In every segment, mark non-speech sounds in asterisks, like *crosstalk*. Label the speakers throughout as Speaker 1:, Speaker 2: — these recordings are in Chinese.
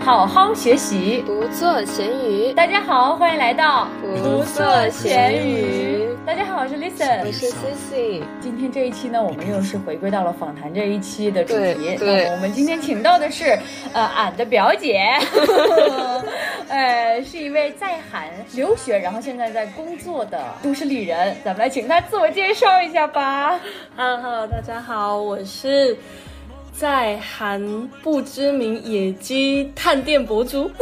Speaker 1: 好好学习，
Speaker 2: 不做咸鱼，
Speaker 1: 大家好，欢迎来到
Speaker 2: 不做咸鱼。
Speaker 1: 大家好，我是
Speaker 2: 我
Speaker 1: Listen。
Speaker 2: 是 Cici，
Speaker 1: 今天这一期呢，我们又是回归到了访谈这一期的主题。
Speaker 2: 对对
Speaker 1: 那我们今天请到的是，呃，俺的表
Speaker 2: *laughs*
Speaker 1: 姐，呃，是一位在韩留学，然后现在在工作的都市丽人。咱们来请她自我介绍一下吧。
Speaker 3: Hello Hello，大家好，我是在韩不知名野鸡探店博主。 *laughs*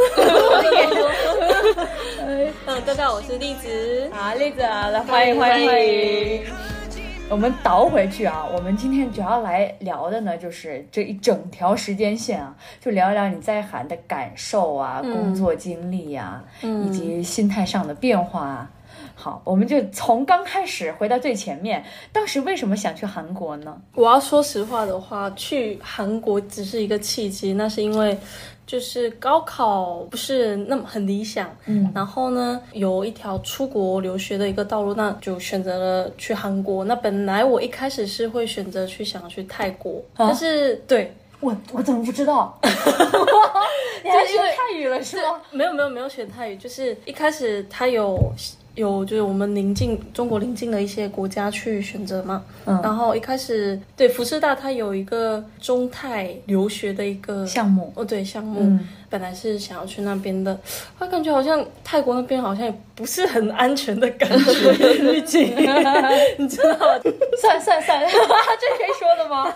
Speaker 3: 嗯，大家好，我是栗子。
Speaker 1: 好，栗子，来欢迎欢迎欢
Speaker 3: 欢
Speaker 1: 迎
Speaker 3: 迎。
Speaker 1: 我们倒回去啊，我们今天主要来聊的呢，就是这一整条时间线啊，就聊一聊你在韩的感受啊、工作经历呀、以及心态上的变化啊。好，我们就从刚开始回到最前面，当时为什么想去韩国呢？
Speaker 3: 我要说实话的话，去韩国只是一个契机，那是因为就是高考不是那么很理想，
Speaker 1: 嗯
Speaker 3: 然后呢有一条出国留学的一个道路，那就选择了去韩国。那本来我一开始是会选择去想要去泰国，
Speaker 2: 啊
Speaker 3: 但是对。
Speaker 1: 我我怎么不知 *laughs* 道？你还学泰语了是吗？
Speaker 3: 没有没有没有选泰语，就是一开始他有有就是我们邻近中国邻近的一些国家去选择嘛，
Speaker 1: 嗯
Speaker 3: 然后一开始对福师大它有一个中泰留学的一个
Speaker 1: 项目
Speaker 3: 哦对项目，
Speaker 1: 嗯
Speaker 3: 本来是想要去那边的，我感觉好像泰国那边好像也不是很安全的感觉，毕竟你知道吗
Speaker 1: 算算算， *laughs* 这是谁说的吗？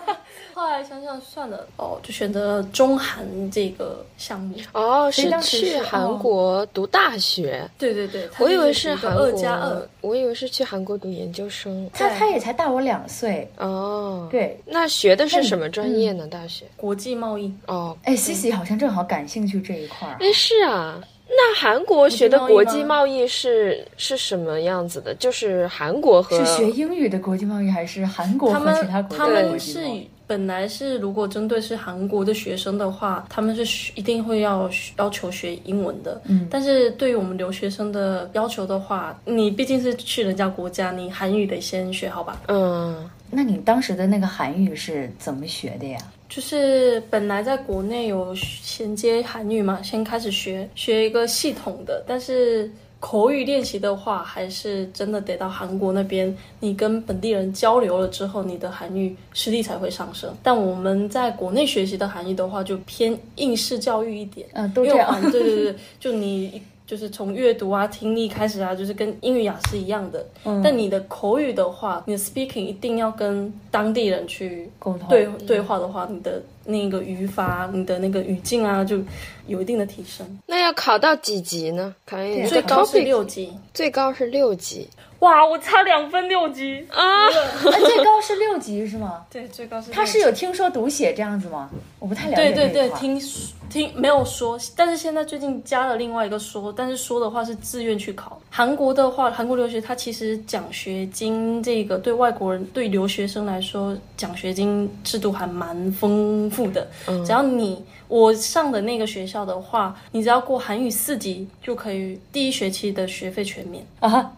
Speaker 3: 后来想想算了哦，就选择了中韩这个项目，
Speaker 2: 哦，
Speaker 1: 所以
Speaker 2: 是
Speaker 1: 当时是
Speaker 2: 去韩国读大学，
Speaker 3: 对对对，它
Speaker 2: 我以为
Speaker 3: 就是一个
Speaker 2: 韩
Speaker 3: 二
Speaker 2: 国
Speaker 3: 加二，
Speaker 2: 我以为是去韩国读研究生。
Speaker 1: 他他也才大我两岁，
Speaker 2: 哦，，
Speaker 1: 对，
Speaker 2: 那学的是什么专业
Speaker 3: 嗯
Speaker 2: 呢？大学？
Speaker 3: 国际贸易。
Speaker 2: 哦，
Speaker 1: 哎，西西好像正好感兴趣这一块儿。
Speaker 2: 哎，是啊。那韩国学的
Speaker 3: 国
Speaker 2: 国
Speaker 3: 际
Speaker 2: 际
Speaker 3: 贸
Speaker 2: 贸易是是什么样子的？就是韩国和
Speaker 1: 是学英语的国际贸易，还是韩国
Speaker 3: 他
Speaker 1: 和
Speaker 3: 们
Speaker 1: 其他国家
Speaker 3: 他
Speaker 1: 的
Speaker 3: 们
Speaker 1: 国际
Speaker 3: 是
Speaker 1: 贸易？
Speaker 3: 本来是如果针对是韩国的学生的话，他们是学一定会要学要求学英文的。
Speaker 1: 嗯
Speaker 3: 但是对于我们留学生的要求的话，你毕竟是去人家国家，你韩语得先学好吧？
Speaker 2: 嗯，
Speaker 1: 那你当时的那个韩语是怎么学
Speaker 3: *laughs*
Speaker 1: 的呀？
Speaker 3: 就是本来在国内有衔接韩语嘛，先开始学学一个系统的，但是口语练习的话，还是真的得到韩国那边，你跟本地人交流了之后，你的韩语实力才会上升。但我们在国内学习的韩语的话，就偏应试教育一点，
Speaker 1: 嗯、都
Speaker 3: 因
Speaker 1: 这
Speaker 3: 为
Speaker 1: 样。
Speaker 3: 韩对对对，就你就是从阅读啊、听力开始啊，就是跟英语雅思一样的。但你的口语的话，你的 speaking 一定要跟当地人去
Speaker 1: 沟通
Speaker 3: 对对话的话，你的那个语法、你的那个语境啊，就有一定的提升。
Speaker 2: 那要考到几级呢？考研
Speaker 3: 最高是
Speaker 2: topic
Speaker 3: 六级，
Speaker 2: 最高是六级
Speaker 3: 哇，我差两分六级啊！
Speaker 1: 哎，最高是六级是吗？
Speaker 3: 对，最高是
Speaker 1: 他是
Speaker 3: 有
Speaker 1: 有听说读写这样子吗？我不太了
Speaker 3: 对
Speaker 1: 解这
Speaker 3: 对
Speaker 1: 一块
Speaker 3: 对，听听没有说，但是现在最近加了另外一个说，但是说的话是自愿去考。韩国的话，韩国留学它其实奖学金这个对外国人对留学生来说，奖学金制度还蛮丰富的。
Speaker 1: 嗯
Speaker 3: 只要你我上的那个学校的话，你只要过韩语四级就可以，第一学期的学费全免。
Speaker 1: 啊，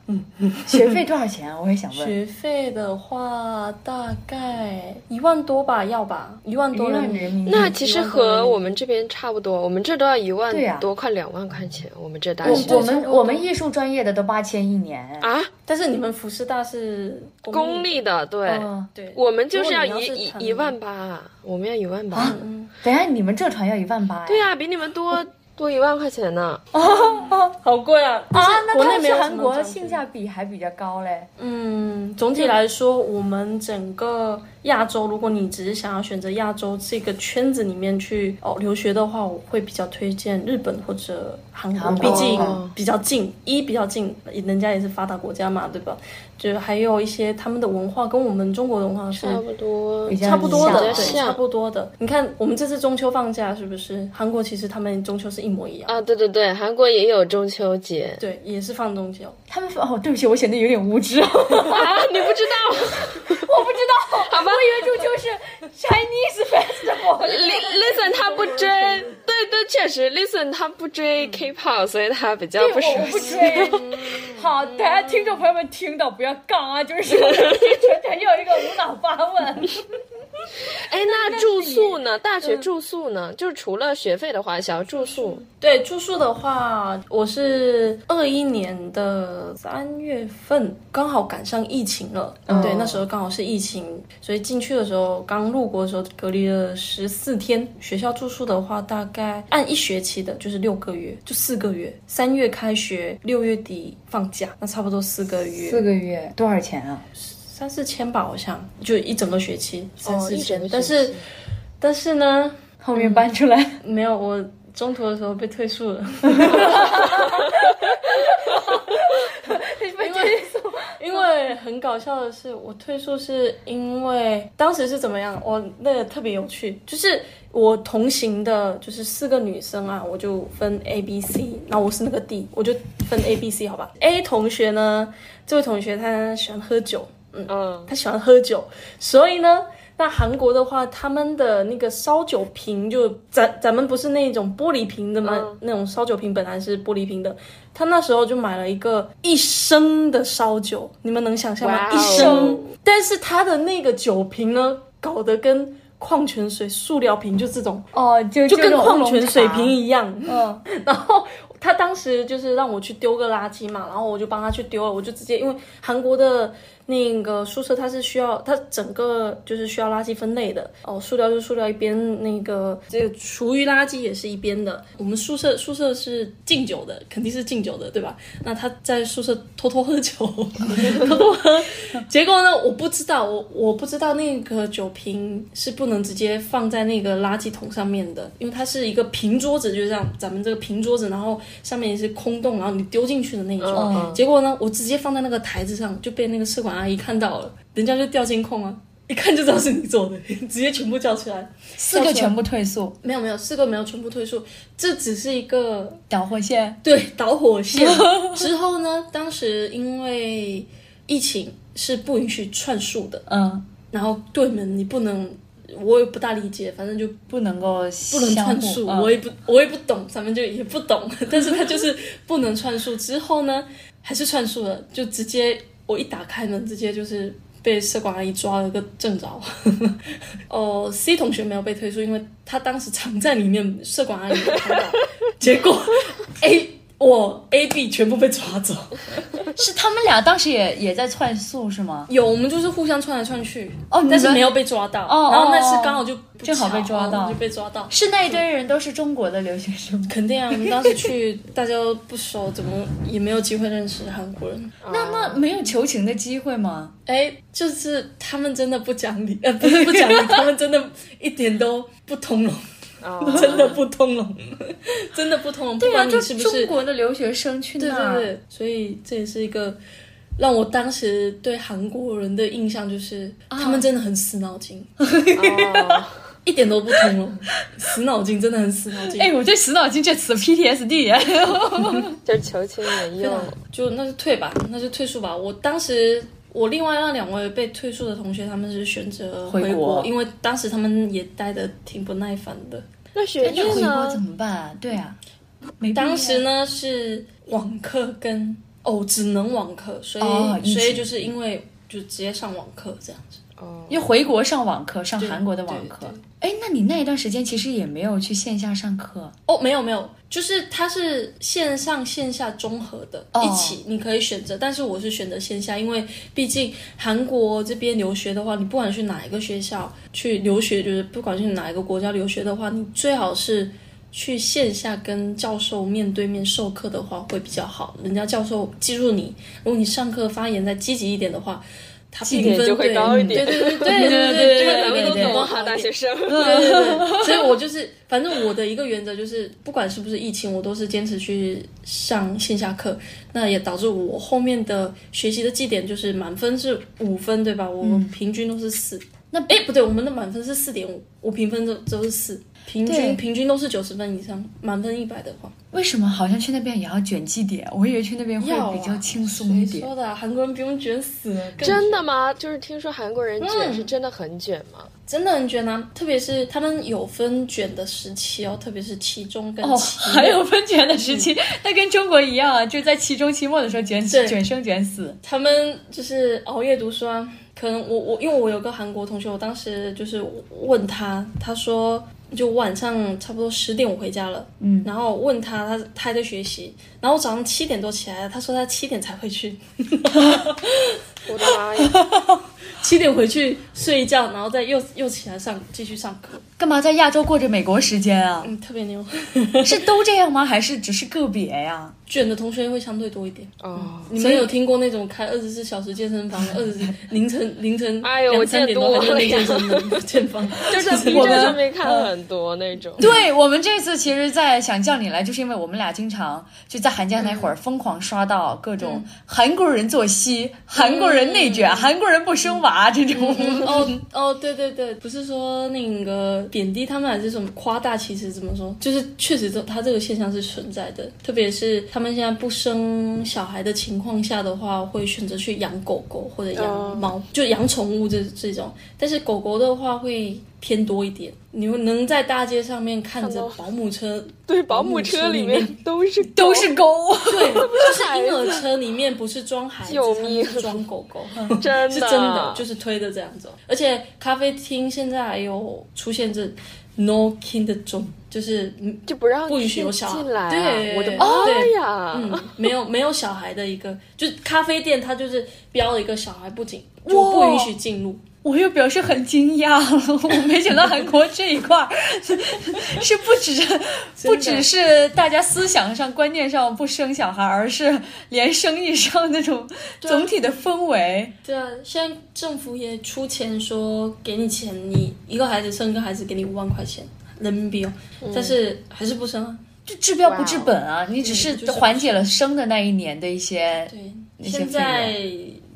Speaker 1: 学费多少钱啊？我也想问。
Speaker 3: 学费的话大概一万多吧，要吧，一万多
Speaker 1: 一万
Speaker 3: 人民
Speaker 1: 人民币
Speaker 2: 那其实和我们这边差不多，我们这都要一万
Speaker 1: 对呀
Speaker 2: 多，快两万块钱。我们这大学
Speaker 1: 我我
Speaker 3: 差不
Speaker 1: 们
Speaker 3: 多
Speaker 1: 我们艺术专业的都八千一年，
Speaker 2: 啊，
Speaker 3: 但是你们福师大是
Speaker 2: 公立的，对，
Speaker 1: 嗯
Speaker 3: 对，
Speaker 2: 我们就是要
Speaker 3: 如果你
Speaker 2: 一
Speaker 3: 要是
Speaker 2: 一
Speaker 3: 谈
Speaker 2: 一万八，我们要一万八。
Speaker 1: 等一下你们这船要一万八呀？
Speaker 2: 对
Speaker 3: 啊
Speaker 2: 呀、比你们多多一万块钱呢。
Speaker 3: 好贵啊！
Speaker 1: 啊，
Speaker 3: 但是
Speaker 1: 那
Speaker 3: 国
Speaker 1: 看
Speaker 3: 内
Speaker 1: 来
Speaker 3: 没
Speaker 1: 是
Speaker 3: 有
Speaker 1: 韩
Speaker 3: 什
Speaker 1: 国
Speaker 3: 么奖学
Speaker 1: 性价比还比较高嘞。
Speaker 3: 嗯，总体来说，我们整个亚洲，如果你只是想要选择亚洲这个圈子里面去哦留学的话，我会比较推荐日本或者韩国，
Speaker 1: 韩国
Speaker 3: 毕竟
Speaker 2: 哦
Speaker 3: 比较近，一比较近，人家也是发达国家嘛，对吧？就还有一些他们的文化跟我们中国的文化是
Speaker 2: 差不多，
Speaker 1: 比较
Speaker 3: 差不多
Speaker 2: 比
Speaker 3: 的，
Speaker 2: 较
Speaker 3: 对，
Speaker 2: 像
Speaker 3: 差不多的。你看，我们这次中秋放假是不是？韩国其实他们中秋是一模一样，
Speaker 2: 啊，对对对，韩国也有中秋节
Speaker 3: 对，也是放中秋。
Speaker 1: 他们说哦，对不起，我显得有点无
Speaker 3: *laughs*
Speaker 1: 知，我不知
Speaker 2: 啊，你不知道
Speaker 1: 道，我以为中秋是 Chinese festival。
Speaker 2: Li-？Listen，他
Speaker 1: *laughs*
Speaker 2: 不追，对对，确实，Listen 他不追 K-pop，所以他比较
Speaker 1: 我
Speaker 2: 不熟
Speaker 1: 嗯我不
Speaker 2: 悉。
Speaker 1: 追，好，大家听众朋友们听到不要杠啊，就是纯纯有一个无脑发问。
Speaker 2: 哎，那住宿呢？大学
Speaker 1: 嗯
Speaker 2: 住宿呢？就是除了学费的花销，住宿
Speaker 3: 对住宿的话，我是二一年的三月份，刚好赶上疫情了。嗯对，那时候刚好是疫情，所以进去的时候，刚入国的时候隔离了十四天。学校住宿的话，大概按一学期的，就是六个月，就四个月。三月开学，六月底放假，那差不多四个月，
Speaker 1: 四个月多少钱啊？
Speaker 3: 三四千吧，好像就一整个学期三
Speaker 2: 哦
Speaker 3: 四
Speaker 2: 一整
Speaker 3: 千
Speaker 2: 个。
Speaker 3: 但
Speaker 2: 学
Speaker 3: 是
Speaker 2: 期，
Speaker 3: 但是呢，
Speaker 1: 后面搬出来，
Speaker 3: 没有我。中途的时候被退宿了，
Speaker 1: 因
Speaker 3: *laughs* 因为很搞笑的是，我退宿是因为当时是怎么样？我那个特别有趣，就是我同行的，就是四个女生啊，我就分 A、B、C，那我是那个 D，我就分 A、B、C 好吧。A 同学呢，这位同学他喜欢喝酒，嗯，
Speaker 2: 嗯，
Speaker 3: 他喜欢喝酒，所以呢，那韩国的话，他们的那个烧酒瓶就咱咱们不是那种玻璃瓶的吗？那种烧酒瓶本来是玻璃瓶的，他那时候就买了一个一升的烧酒，你们能想象吗
Speaker 2: 哇哦
Speaker 3: 一升，但是他的那个酒瓶呢，搞得跟矿泉水、塑料瓶就这种，
Speaker 1: *laughs* 哦，就
Speaker 3: 就跟矿泉水瓶一样。
Speaker 1: 嗯，
Speaker 3: 然后他当时就是让我去丢个垃圾嘛，然后我就帮他去丢了，我就直接因为韩国的那个宿舍它是需要它整个就是需要垃圾分类的哦，塑料就塑料一边，那个这个厨余垃圾也是一边的。我们宿舍宿舍是敬酒的，肯定是敬酒的，对吧？那他在宿舍偷偷喝酒，偷偷喝，结果呢，我不知道，我我不知道那个酒瓶是不能直接放在那个垃圾桶上面的，因为它是一个平桌子，就是像咱们这个平桌子，然后上面也是空洞，然后你丢进去的那一种。
Speaker 2: 嗯
Speaker 3: 结果呢，我直接放在那个台子上，就被那个试管阿姨看到了，人家就调监控啊，一看就知道是你做的， *laughs* 直接全部叫出来。
Speaker 1: 四个全部退宿，
Speaker 3: 没有没有，四个没有全部退宿，这只是一个
Speaker 1: 导火线。
Speaker 3: 对，导火线之后呢，当时因为疫情是不允许串宿的，
Speaker 1: 嗯，
Speaker 3: 然后对门你不能，我也不大理解，反正就
Speaker 1: 不能够
Speaker 3: 不能
Speaker 1: 相
Speaker 3: 串
Speaker 1: 互
Speaker 3: 数，
Speaker 1: 嗯
Speaker 3: 我也不我也不懂，咱们就也不懂， *laughs* 但是他就是不能串数。之后呢，还是串数了，就直接我一打开门，直接就是被社管阿姨抓了个正着。 *laughs* 哦，C 同学没有被退出，因为他当时藏在里面，社管阿姨没
Speaker 1: *laughs*
Speaker 3: 看到。结果 A 我 A B 全部被抓走，
Speaker 1: 是他们俩当时也也在串宿是吗？
Speaker 3: 有我们就是互相窜来窜去，
Speaker 1: 哦你们
Speaker 3: 但是没有被抓到。
Speaker 1: 哦
Speaker 3: 然后那
Speaker 1: 哦
Speaker 3: 次
Speaker 1: 哦
Speaker 3: 刚好就不
Speaker 1: 正好
Speaker 3: 巧
Speaker 1: 被抓到
Speaker 3: 我们就被抓到。
Speaker 1: 是那一堆人都是中国的留学生吗？
Speaker 3: 肯定啊，我们当时去，大家都不熟，怎么也没有机会认识韩国人。
Speaker 1: 那那没有求情的机会吗？
Speaker 3: 哎，就是他们真的不讲理，呃，不是不讲理，他们真的一点都不通融，
Speaker 2: 哦
Speaker 3: 真的不通融，真的不通融。不管
Speaker 1: 啊
Speaker 3: 你
Speaker 1: 就是
Speaker 3: 不
Speaker 1: 中
Speaker 3: 是，
Speaker 1: 国啊的留学生去
Speaker 3: 对
Speaker 1: 那
Speaker 3: 对
Speaker 1: 儿，
Speaker 3: 对，所以这也是一个让我当时对韩国人的印象就是，
Speaker 1: 啊
Speaker 3: 他们真的很死脑筋，
Speaker 2: 哦 *laughs*
Speaker 3: 一点都不通融，死脑筋真的很死脑筋。
Speaker 1: 哎，我对“死脑筋”这词 PTSD 呀。
Speaker 2: 就是求情没用。
Speaker 3: 就那就退吧，那就退宿吧。我当时我另外那两位被退宿的同学，他们是选择回
Speaker 1: 回国
Speaker 3: 因为当时他们也待的挺不耐烦的。
Speaker 2: 那学
Speaker 1: 那回
Speaker 2: 历
Speaker 1: 国怎
Speaker 2: 呢？
Speaker 1: 么办啊？对啊，没必要
Speaker 3: 当时呢是网课跟哦，只能网课，所以、
Speaker 1: 哦疫情
Speaker 3: 所以就是因为就直接上网课这样子。
Speaker 2: 哦，
Speaker 1: 要回国上网课，上韩国的网课
Speaker 3: 对对。
Speaker 1: 哎，那你那一段时间其实也没有去线下上课，
Speaker 3: 哦，没有没有，就是它是线上线下综合的，
Speaker 1: 哦
Speaker 3: 一起你可以选择，但是我是选择线下，因为毕竟韩国这边留学的话，你不管去哪一个学校去留学，就是不管去哪一个国家留学的话，你最好是去线下跟教授面对面授课的话会比较好，人家教授记住你，如果你上课发言再积极一点的话。他评
Speaker 2: 点
Speaker 3: 分
Speaker 2: 就会
Speaker 3: 对
Speaker 2: 高一点
Speaker 3: 嗯对对对
Speaker 1: 对
Speaker 3: 对对
Speaker 1: 对对
Speaker 3: 对，
Speaker 1: 对
Speaker 3: 他
Speaker 2: 咱们
Speaker 1: 对
Speaker 2: 都
Speaker 3: 评分
Speaker 1: 嗯
Speaker 2: 懂
Speaker 1: 对
Speaker 3: 高
Speaker 2: 文化大学生。
Speaker 3: 对对对， *laughs* 所以我就是，反正我的一个原则就是，不管是不是疫情，我都是坚持去上线下课。那也导致我后面的学习的绩点就是满分是五分，对吧？我平均都是四、
Speaker 1: 那
Speaker 3: 哎，不对，我们的满分是四点五，我评分都都是四。平
Speaker 1: 对
Speaker 3: 均平均都是九十分以上，满分一百的话
Speaker 1: 为什么好像去那边也要卷绩点？我以为去那边
Speaker 3: 要啊
Speaker 1: 会比较轻松一
Speaker 3: 谁
Speaker 1: 点。
Speaker 3: 说的啊、韩国人不用卷死了，更
Speaker 2: 真的吗？就是听说韩国人
Speaker 1: 嗯
Speaker 2: 卷是真的很卷吗？
Speaker 3: 真的很卷啊！特别是他们有分卷的时期哦，特别是期中跟
Speaker 1: 哦，
Speaker 3: 期末、
Speaker 1: 还有分卷的时期，那跟中国一样啊，就在期中、期末的时候卷
Speaker 3: 对
Speaker 1: 卷生卷死。
Speaker 3: 他们就是熬夜读书啊。可能我我因为我有个韩国同学，我当时就是问他，他说就晚上差不多十点我回家了，嗯，然后问他他他还在学习，然后我早上七点多起来，他说他七点才
Speaker 2: *laughs*
Speaker 3: 回去，
Speaker 2: 我的妈呀！
Speaker 3: 七点回去睡一觉，然后再又又起来上继续上课，
Speaker 1: 干嘛在亚洲过着美国时间啊？
Speaker 3: 嗯，特别
Speaker 2: *laughs*
Speaker 3: 牛。 *laughs*
Speaker 1: 是都这样吗？还是只是个别呀、
Speaker 3: 卷的同学会相对多一点。
Speaker 1: 嗯
Speaker 2: 哦，
Speaker 3: 你们有听过那种开二十四小时健身房，二十凌晨凌晨
Speaker 2: 哎呦
Speaker 3: 两
Speaker 2: 我
Speaker 3: 三点
Speaker 2: 见
Speaker 3: 多
Speaker 2: 多
Speaker 3: 还在那
Speaker 2: 了呀
Speaker 3: 健身的健身房，
Speaker 2: 就在 B
Speaker 1: 我们嗯
Speaker 2: 站上面看了很多那种。
Speaker 1: 对我们这次其实，在想叫你来，就是因为我们俩经常就在寒假那会儿疯狂刷到各种韩国人作息、韩国人内卷、韩国人不生娃这种。
Speaker 3: *laughs* 哦哦，对对对，不是说那个贬低他们还是什么夸大，其实怎么说，就是确实这它这个现象是存在的，特别是他们现在不生小孩的情况下的话，会选择去养狗狗或者
Speaker 2: 哦
Speaker 3: 养猫，就养宠物这这种，但是狗狗的话会偏多一点，你会能在大街上面看
Speaker 2: 看
Speaker 3: 着
Speaker 2: 到
Speaker 3: 保姆
Speaker 2: *laughs*
Speaker 3: 车
Speaker 2: 对，保姆车里
Speaker 1: 嗯
Speaker 2: 面都是狗
Speaker 1: 都是狗，
Speaker 3: 对，就是婴儿车里面不是装孩子，
Speaker 2: 救
Speaker 3: 他们
Speaker 2: 命
Speaker 3: 是装狗狗，嗯
Speaker 2: *laughs* 真的，
Speaker 3: 是真的，就是推的这样子哦。而且咖啡厅现在还有出现这 no king 的种，就是嗯
Speaker 2: 就不让
Speaker 3: 不允许有小孩
Speaker 2: 进来啊。
Speaker 3: 对
Speaker 2: 我的妈
Speaker 3: 对
Speaker 2: 呀！
Speaker 3: 嗯，没 *laughs* 有没有小孩的一个，就是咖啡店，它就是标了一个小孩不仅就不允许进入，
Speaker 1: 我又表示很惊讶了。我没想到韩国这一块儿 *laughs* 是不只是不只是大家思想上、观念上不生小孩，而是连生意上那种总体的氛围。
Speaker 3: 对啊，现在政府也出钱说给你钱，你一个孩子生一个孩子给你五万块钱人民币哦，但是还是不生啊。
Speaker 1: 就治标不治本啊！你只
Speaker 3: 嗯就是是
Speaker 1: 缓解了生的那一年的一些
Speaker 3: 对，
Speaker 1: 那些
Speaker 3: 现
Speaker 1: 费
Speaker 3: 在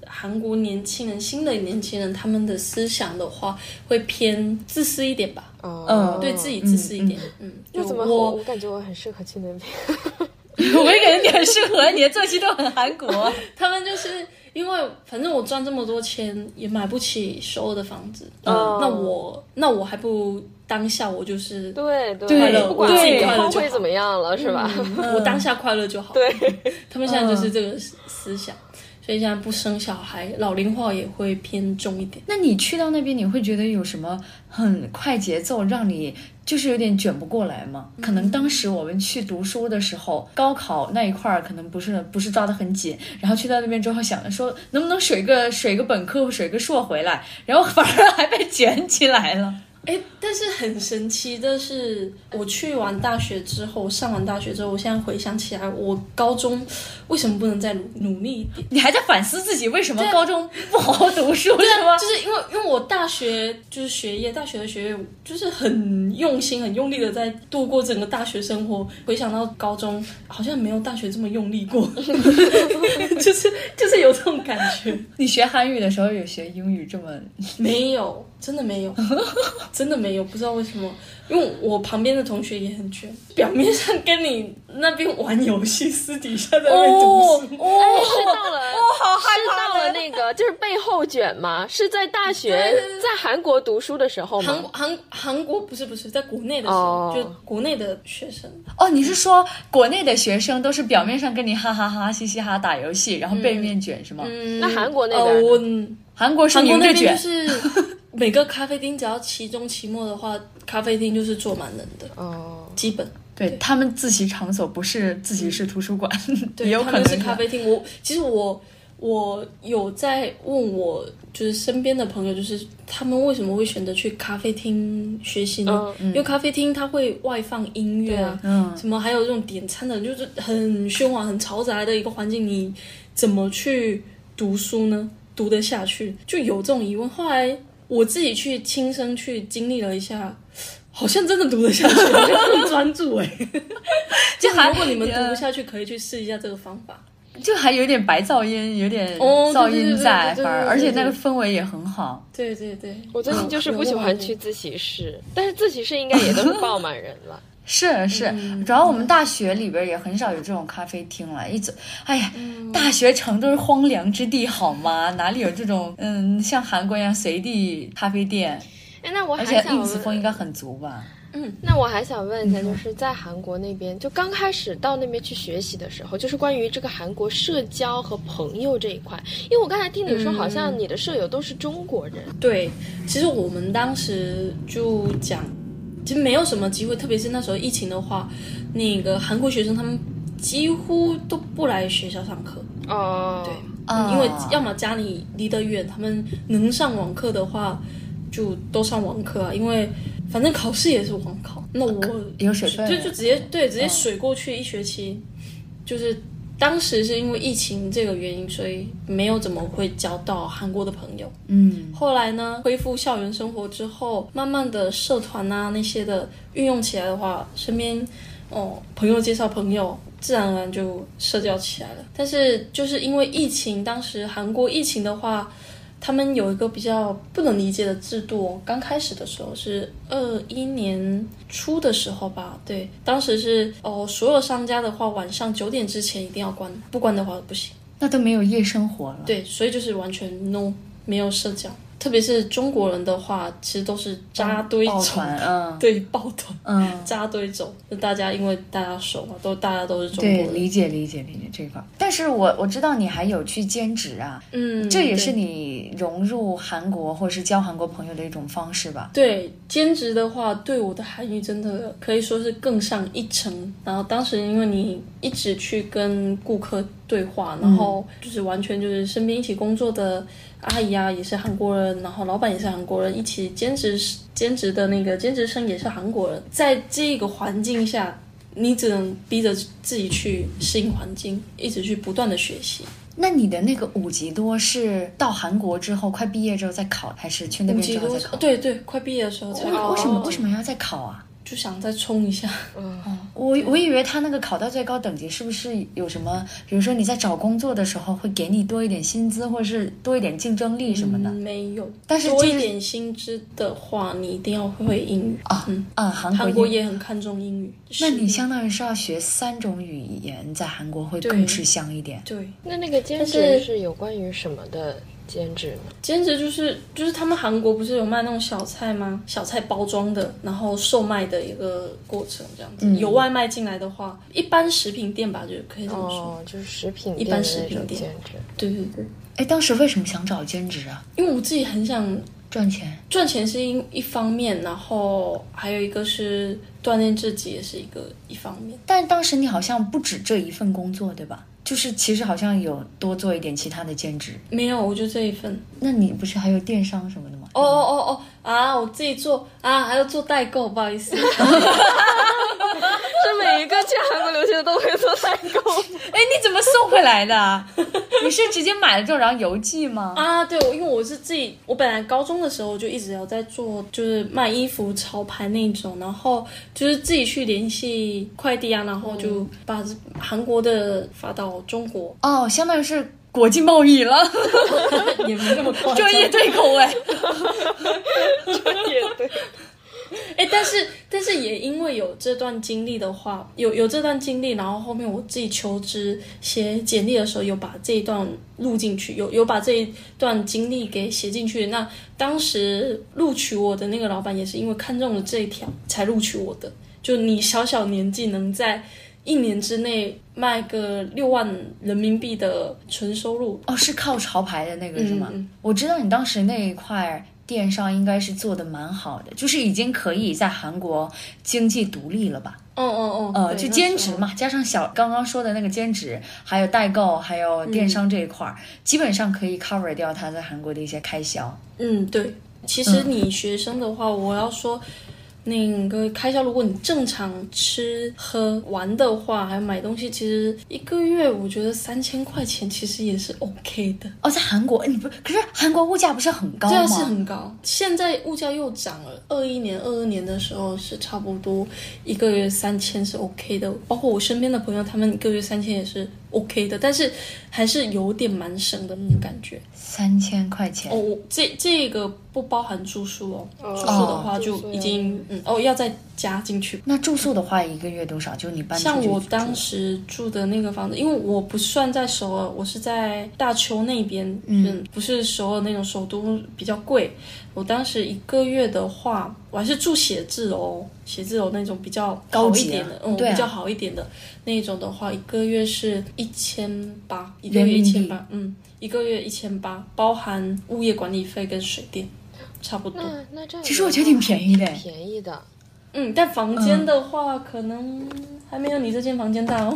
Speaker 3: 韩国年轻人，新的年轻人，他们的思想的话会偏自私一点吧，
Speaker 1: 嗯
Speaker 2: 哦
Speaker 3: 嗯对自己自私一点。嗯，
Speaker 2: 那怎么
Speaker 3: 就
Speaker 2: 我
Speaker 3: 我
Speaker 2: 我感觉我很适合去那边。
Speaker 1: *laughs* 我也感觉你很适合，你的作息都很韩
Speaker 3: *laughs*
Speaker 1: 国。
Speaker 3: 他们就是因为反正我赚这么多钱也买不起首尔的房子，
Speaker 2: 哦
Speaker 3: 那我那我还不如当下我就是。
Speaker 2: *laughs* 对对
Speaker 1: 对
Speaker 2: 不管
Speaker 1: 对
Speaker 2: 以
Speaker 3: 快乐
Speaker 2: 后
Speaker 3: 就嗯
Speaker 2: 会
Speaker 3: 好
Speaker 2: 怎么样了，是吧？ *laughs*
Speaker 3: 我当下快乐就好。
Speaker 2: 对，
Speaker 3: 他们现在就是这个思思想，所以现在不生小孩，老龄化也会偏重一点。
Speaker 1: 那你去到那边，你会觉得有什么很快节奏，让你就是有点卷不过来吗？
Speaker 3: 嗯
Speaker 1: 可能当时我们去读书的时候，高考那一块儿可能不是不是抓得很紧，然后去到那边之后，想着说能不能水个水个本科或水个硕回来，然后反而还被卷起来了。
Speaker 3: 哎，但是很神奇的是，我去完大学之后，上完大学之后，我现在回想起来，我高中为什么不能再努努力一点？
Speaker 1: 你还在反思自己为什么
Speaker 3: 啊
Speaker 1: 高中不好好读书是吗？
Speaker 3: 就是因为因为我大学就是学业，大学的学业就是很用心、很用力的在度过整个大学生活。回想到高中，好像没有大学这么用力 *laughs* 过，就是就是有这种感觉。
Speaker 1: 你学韩语的时候有学英语这么
Speaker 3: 没有，真的 *laughs* 没有，真的没有，不知道为什么，因为我旁边的同学也很卷，表面上跟你那边玩游戏，私底下在那边读书。
Speaker 1: 哦
Speaker 2: 哎是到了，是到了那个，就是背后卷嘛，是在大学在韩国读书的时候
Speaker 3: 韩
Speaker 2: 吗？
Speaker 3: 韩韩国不是不是，在国内的时候
Speaker 2: 哦
Speaker 3: 就国内的学生，
Speaker 1: 哦，你是说国内的学生都是表面上跟你哈哈哈、嘻嘻哈打游戏，然后背面卷是吗？
Speaker 3: 嗯
Speaker 2: 那韩国那边
Speaker 3: 呃，
Speaker 2: 呢
Speaker 3: 我
Speaker 1: 韩国是
Speaker 3: 韩国
Speaker 1: 明
Speaker 3: 那
Speaker 1: 着卷
Speaker 3: 边就， *laughs* 是每个咖啡厅，只要期中期末的话，咖啡厅就是坐满人的，
Speaker 2: 哦，
Speaker 3: 基本。
Speaker 1: 对他们自习场所不是自习室图书馆，
Speaker 3: 嗯
Speaker 1: *laughs*
Speaker 3: 对，
Speaker 1: 也有可能
Speaker 3: 他们是咖。啡厅。我其实我我有在问我就是身边的朋友，就是他们为什么会选择去咖啡厅学习呢？因为咖啡厅它会外放音乐嗯啊，
Speaker 1: 嗯
Speaker 3: 什么还有这种点餐的，就是很喧哗、很嘈杂的一个环境，你怎么去读书呢？读得下去？就有这种疑问。后来我自己去亲身去经历了一下。好像真的读得下去，很专注哎、啊
Speaker 1: 就
Speaker 3: 如 *laughs*
Speaker 1: 韩
Speaker 3: 果你们读不下去，可以去试一下这个方法。
Speaker 1: 呃就还有点白噪音，有点
Speaker 3: 哦对
Speaker 1: 噪音在，
Speaker 3: 对对对对对
Speaker 1: 反而而且那个
Speaker 3: 对
Speaker 1: 氛围也很好。
Speaker 3: 对对对，
Speaker 2: 我最近
Speaker 3: 哦
Speaker 2: 就是不喜欢去自习室，但是自习室应该也都是 *laughs* 爆满人了。
Speaker 1: 是是，
Speaker 3: 嗯
Speaker 1: 主要我们大学里边也很少有这种咖啡厅了。一走，哎呀，
Speaker 3: 嗯
Speaker 1: 大学城都是荒凉之地，好吗？哪里有这种嗯像韩国一样随地咖啡店？
Speaker 2: 哎，那我还
Speaker 1: 而且
Speaker 2: 想
Speaker 1: ins 风应
Speaker 2: 问，
Speaker 1: 该很足吧？
Speaker 2: 那我还想问一下，就是在韩国那边，就刚开始到那边去学习的时候，就是关于这个韩国社交和朋友这一块，因为我刚才听你说，好像你的舍友都是中国人，
Speaker 3: 对，其实我们当时就讲，其实没有什么机会，特别是那时候疫情的话，那个韩国学生他们几乎都不来学校上课，
Speaker 2: 哦，
Speaker 3: 对，
Speaker 1: 啊
Speaker 3: 嗯因为要么家里离得远，他们能上网课的话就都上网课啊，因为反正考试也是网考，那我
Speaker 1: 呃有水分嗯
Speaker 3: 就就直接对直接水过去一学期，就是。当时是因为疫情这个原因，所以没有怎么会交到韩国的朋友。
Speaker 1: 嗯，
Speaker 3: 后来呢，恢复校园生活之后，慢慢的社团啊那些的运用起来的话，身边哦朋友介绍朋友，自然而然就社交起来了。但是就是因为疫情，当时韩国疫情的话，他们有一个比较不能理解的制度哦。刚开始的时候是二一年初的时候吧，对，当时是哦所有商家的话，晚上九点之前一定要关，不关的话不行。
Speaker 1: 那都没有夜生活了。
Speaker 3: 对，所以就是完全 no 没有社交，特别是中国人的话，其实都是扎堆
Speaker 1: 抱
Speaker 3: 走，
Speaker 1: 团，嗯
Speaker 3: 对，抱团
Speaker 1: 嗯，
Speaker 3: 扎堆走，就大家因为大家熟嘛，都大家都是中国
Speaker 1: 对，
Speaker 3: 人，
Speaker 1: 理解理解理解这一块儿。但是我我知道你还有去兼职啊，
Speaker 3: 嗯，
Speaker 1: 这也
Speaker 3: 对
Speaker 1: 是你融入韩国或是交韩国朋友的一种方式吧？
Speaker 3: 对兼职的话，对我的韩语真的可以说是更上一层。然后当时因为你一直去跟顾客对话，然后
Speaker 1: 嗯
Speaker 3: 就是完全就是身边一起工作的阿姨啊也是韩国人，然后老板也是韩国人，一起兼职兼职的那个兼职生也是韩国人，在这个环境下。你只能逼着自己去适应环境，一直去不断的学习。
Speaker 1: 那你的那个五级多是到韩国之后快毕业之后再考，还是去那边之
Speaker 3: 几
Speaker 1: 后
Speaker 3: 乎
Speaker 1: 再考？
Speaker 3: 对对，快毕业的时候才
Speaker 1: 为
Speaker 3: 考
Speaker 1: 为什么
Speaker 2: 哦
Speaker 1: 为什么要再考啊？
Speaker 3: 就想再冲一下。
Speaker 2: 嗯
Speaker 1: 我我以为他那个考到最高等级是不是有什么，比如说你在找工作的时候会给你多一点薪资，或者是多一点竞争力什么的
Speaker 3: 嗯没有，
Speaker 1: 但是
Speaker 3: 多
Speaker 1: 就
Speaker 3: 一
Speaker 1: 是
Speaker 3: 点薪资的话，你一定要会英语。
Speaker 1: 啊
Speaker 3: 嗯，
Speaker 1: 啊？韩
Speaker 3: 韩
Speaker 1: 国
Speaker 3: 国
Speaker 1: 也，
Speaker 3: 也很看重英语。
Speaker 1: 那
Speaker 3: 是
Speaker 1: 你相当于是要学三种语言，在韩国会
Speaker 3: 对
Speaker 1: 更吃香一点。
Speaker 3: 对
Speaker 2: 那那个兼
Speaker 3: 但
Speaker 2: 职
Speaker 3: 是
Speaker 2: 是有关于什么的兼职呢？
Speaker 3: 兼职就是就是他们韩国不是有卖那种小菜吗？小菜包装的，然后售卖的一个过程这样子。
Speaker 1: 嗯
Speaker 3: 有外卖进来的话，一般食品店吧，就可以这么说。
Speaker 2: 哦，就是食品
Speaker 3: 嗯一
Speaker 2: 店
Speaker 3: 般
Speaker 2: 的
Speaker 3: 食
Speaker 2: 那
Speaker 3: 品
Speaker 2: 种
Speaker 3: 店
Speaker 2: 兼职。
Speaker 3: 对对对，
Speaker 1: 哎，当时为什么想找兼职啊？
Speaker 3: 因为我自己很想
Speaker 1: 赚钱。
Speaker 3: 赚钱是一一方面，然后还有一个是锻炼自己也是一个一方面。
Speaker 1: 但当时你好像不止这一份工作，对吧？就是其实好像有多做一点其他的兼职。
Speaker 3: 没有，我就这一份。
Speaker 1: 那你不是还有电商什么的吗？
Speaker 3: 哦哦哦哦啊！我自己做啊，还要做代购，不好意思。 *laughs*
Speaker 2: 是每一个去韩国留学的都会做代购。
Speaker 1: 哎，你怎么送回来的？ *laughs* 你是直接买了之后然后邮寄吗？
Speaker 3: 啊，对，我因为我是自己，我本来高中的时候就一直有在做，就是卖衣服潮牌那种，然后就是自己去联系快递啊，然后就把韩国的发到中国，
Speaker 1: 哦，相当于是国际贸易了，
Speaker 3: *laughs* 也没那么夸张
Speaker 1: 专。业对口哎。
Speaker 2: 也对，
Speaker 3: *laughs* 哎，但是但是也因为有这段经历的话，有有这段经历，然后后面我自己求职写简历的时候，有把这一段录进去，有有把这一段经历给写进去。那当时录取我的那个老板也是因为看中了这一条才录取我的。就你小小年纪能在一年之内卖个六万人民币的纯收入，
Speaker 1: *laughs* 哦，是靠潮牌的那个是吗？
Speaker 3: 嗯嗯
Speaker 1: 我知道你当时那一块儿电商应该是做的蛮好的，就是已经可以在韩国经济独立了吧？
Speaker 3: 哦哦哦，
Speaker 1: 呃，
Speaker 3: 对
Speaker 1: 就
Speaker 3: 那
Speaker 1: 兼
Speaker 3: 时
Speaker 1: 职
Speaker 3: 候
Speaker 1: 嘛，加上小刚刚说的那个兼职，还有代购，还有电商这一块儿，基本上可以 cover 掉他在韩国的一些开销。
Speaker 3: 嗯，对。其实你学生的话，我要说，那个开销，如果你正常吃喝玩的话，还有买东西，其实一个月我觉得三千块钱其实也是 OK 的。
Speaker 1: 哦，在韩国，哎你不可是韩国物价不是很高
Speaker 3: 对
Speaker 1: 吗？
Speaker 3: 啊，是很高。现在物价又涨了，二一年、二二年的时候是差不多一个月三千是 OK 的，包括我身边的朋友，他们一个月三千也是 OK 的，但是还是有点蛮省的那种感觉。
Speaker 1: 三千块钱
Speaker 3: 哦，我这这个不包含住宿哦，住宿的话就已经嗯哦要再加进去。
Speaker 1: 那住宿的话，一个月多少？就你搬出去
Speaker 3: 像我
Speaker 1: 住
Speaker 3: 当时住的那个房子，因为我不算在首尔，我是在大邱那边，嗯，不是首尔那种首都比较贵。我当时一个月的话，我还是住写字楼，写字楼那种比较
Speaker 1: 高
Speaker 3: 好
Speaker 1: 级啊
Speaker 3: 一点的，嗯，
Speaker 1: 对啊
Speaker 3: 比较好一点的那种的话，一个月是一千八，一个
Speaker 1: 人
Speaker 3: 月一
Speaker 1: 民币
Speaker 3: 千八，嗯，一个月一千八，包含物业管理费跟水电，差不多。
Speaker 2: 那那这样
Speaker 1: 其实我觉得挺便宜的
Speaker 2: 便宜的。
Speaker 3: 嗯，但房间的话，可能还没有你这间房间大哦。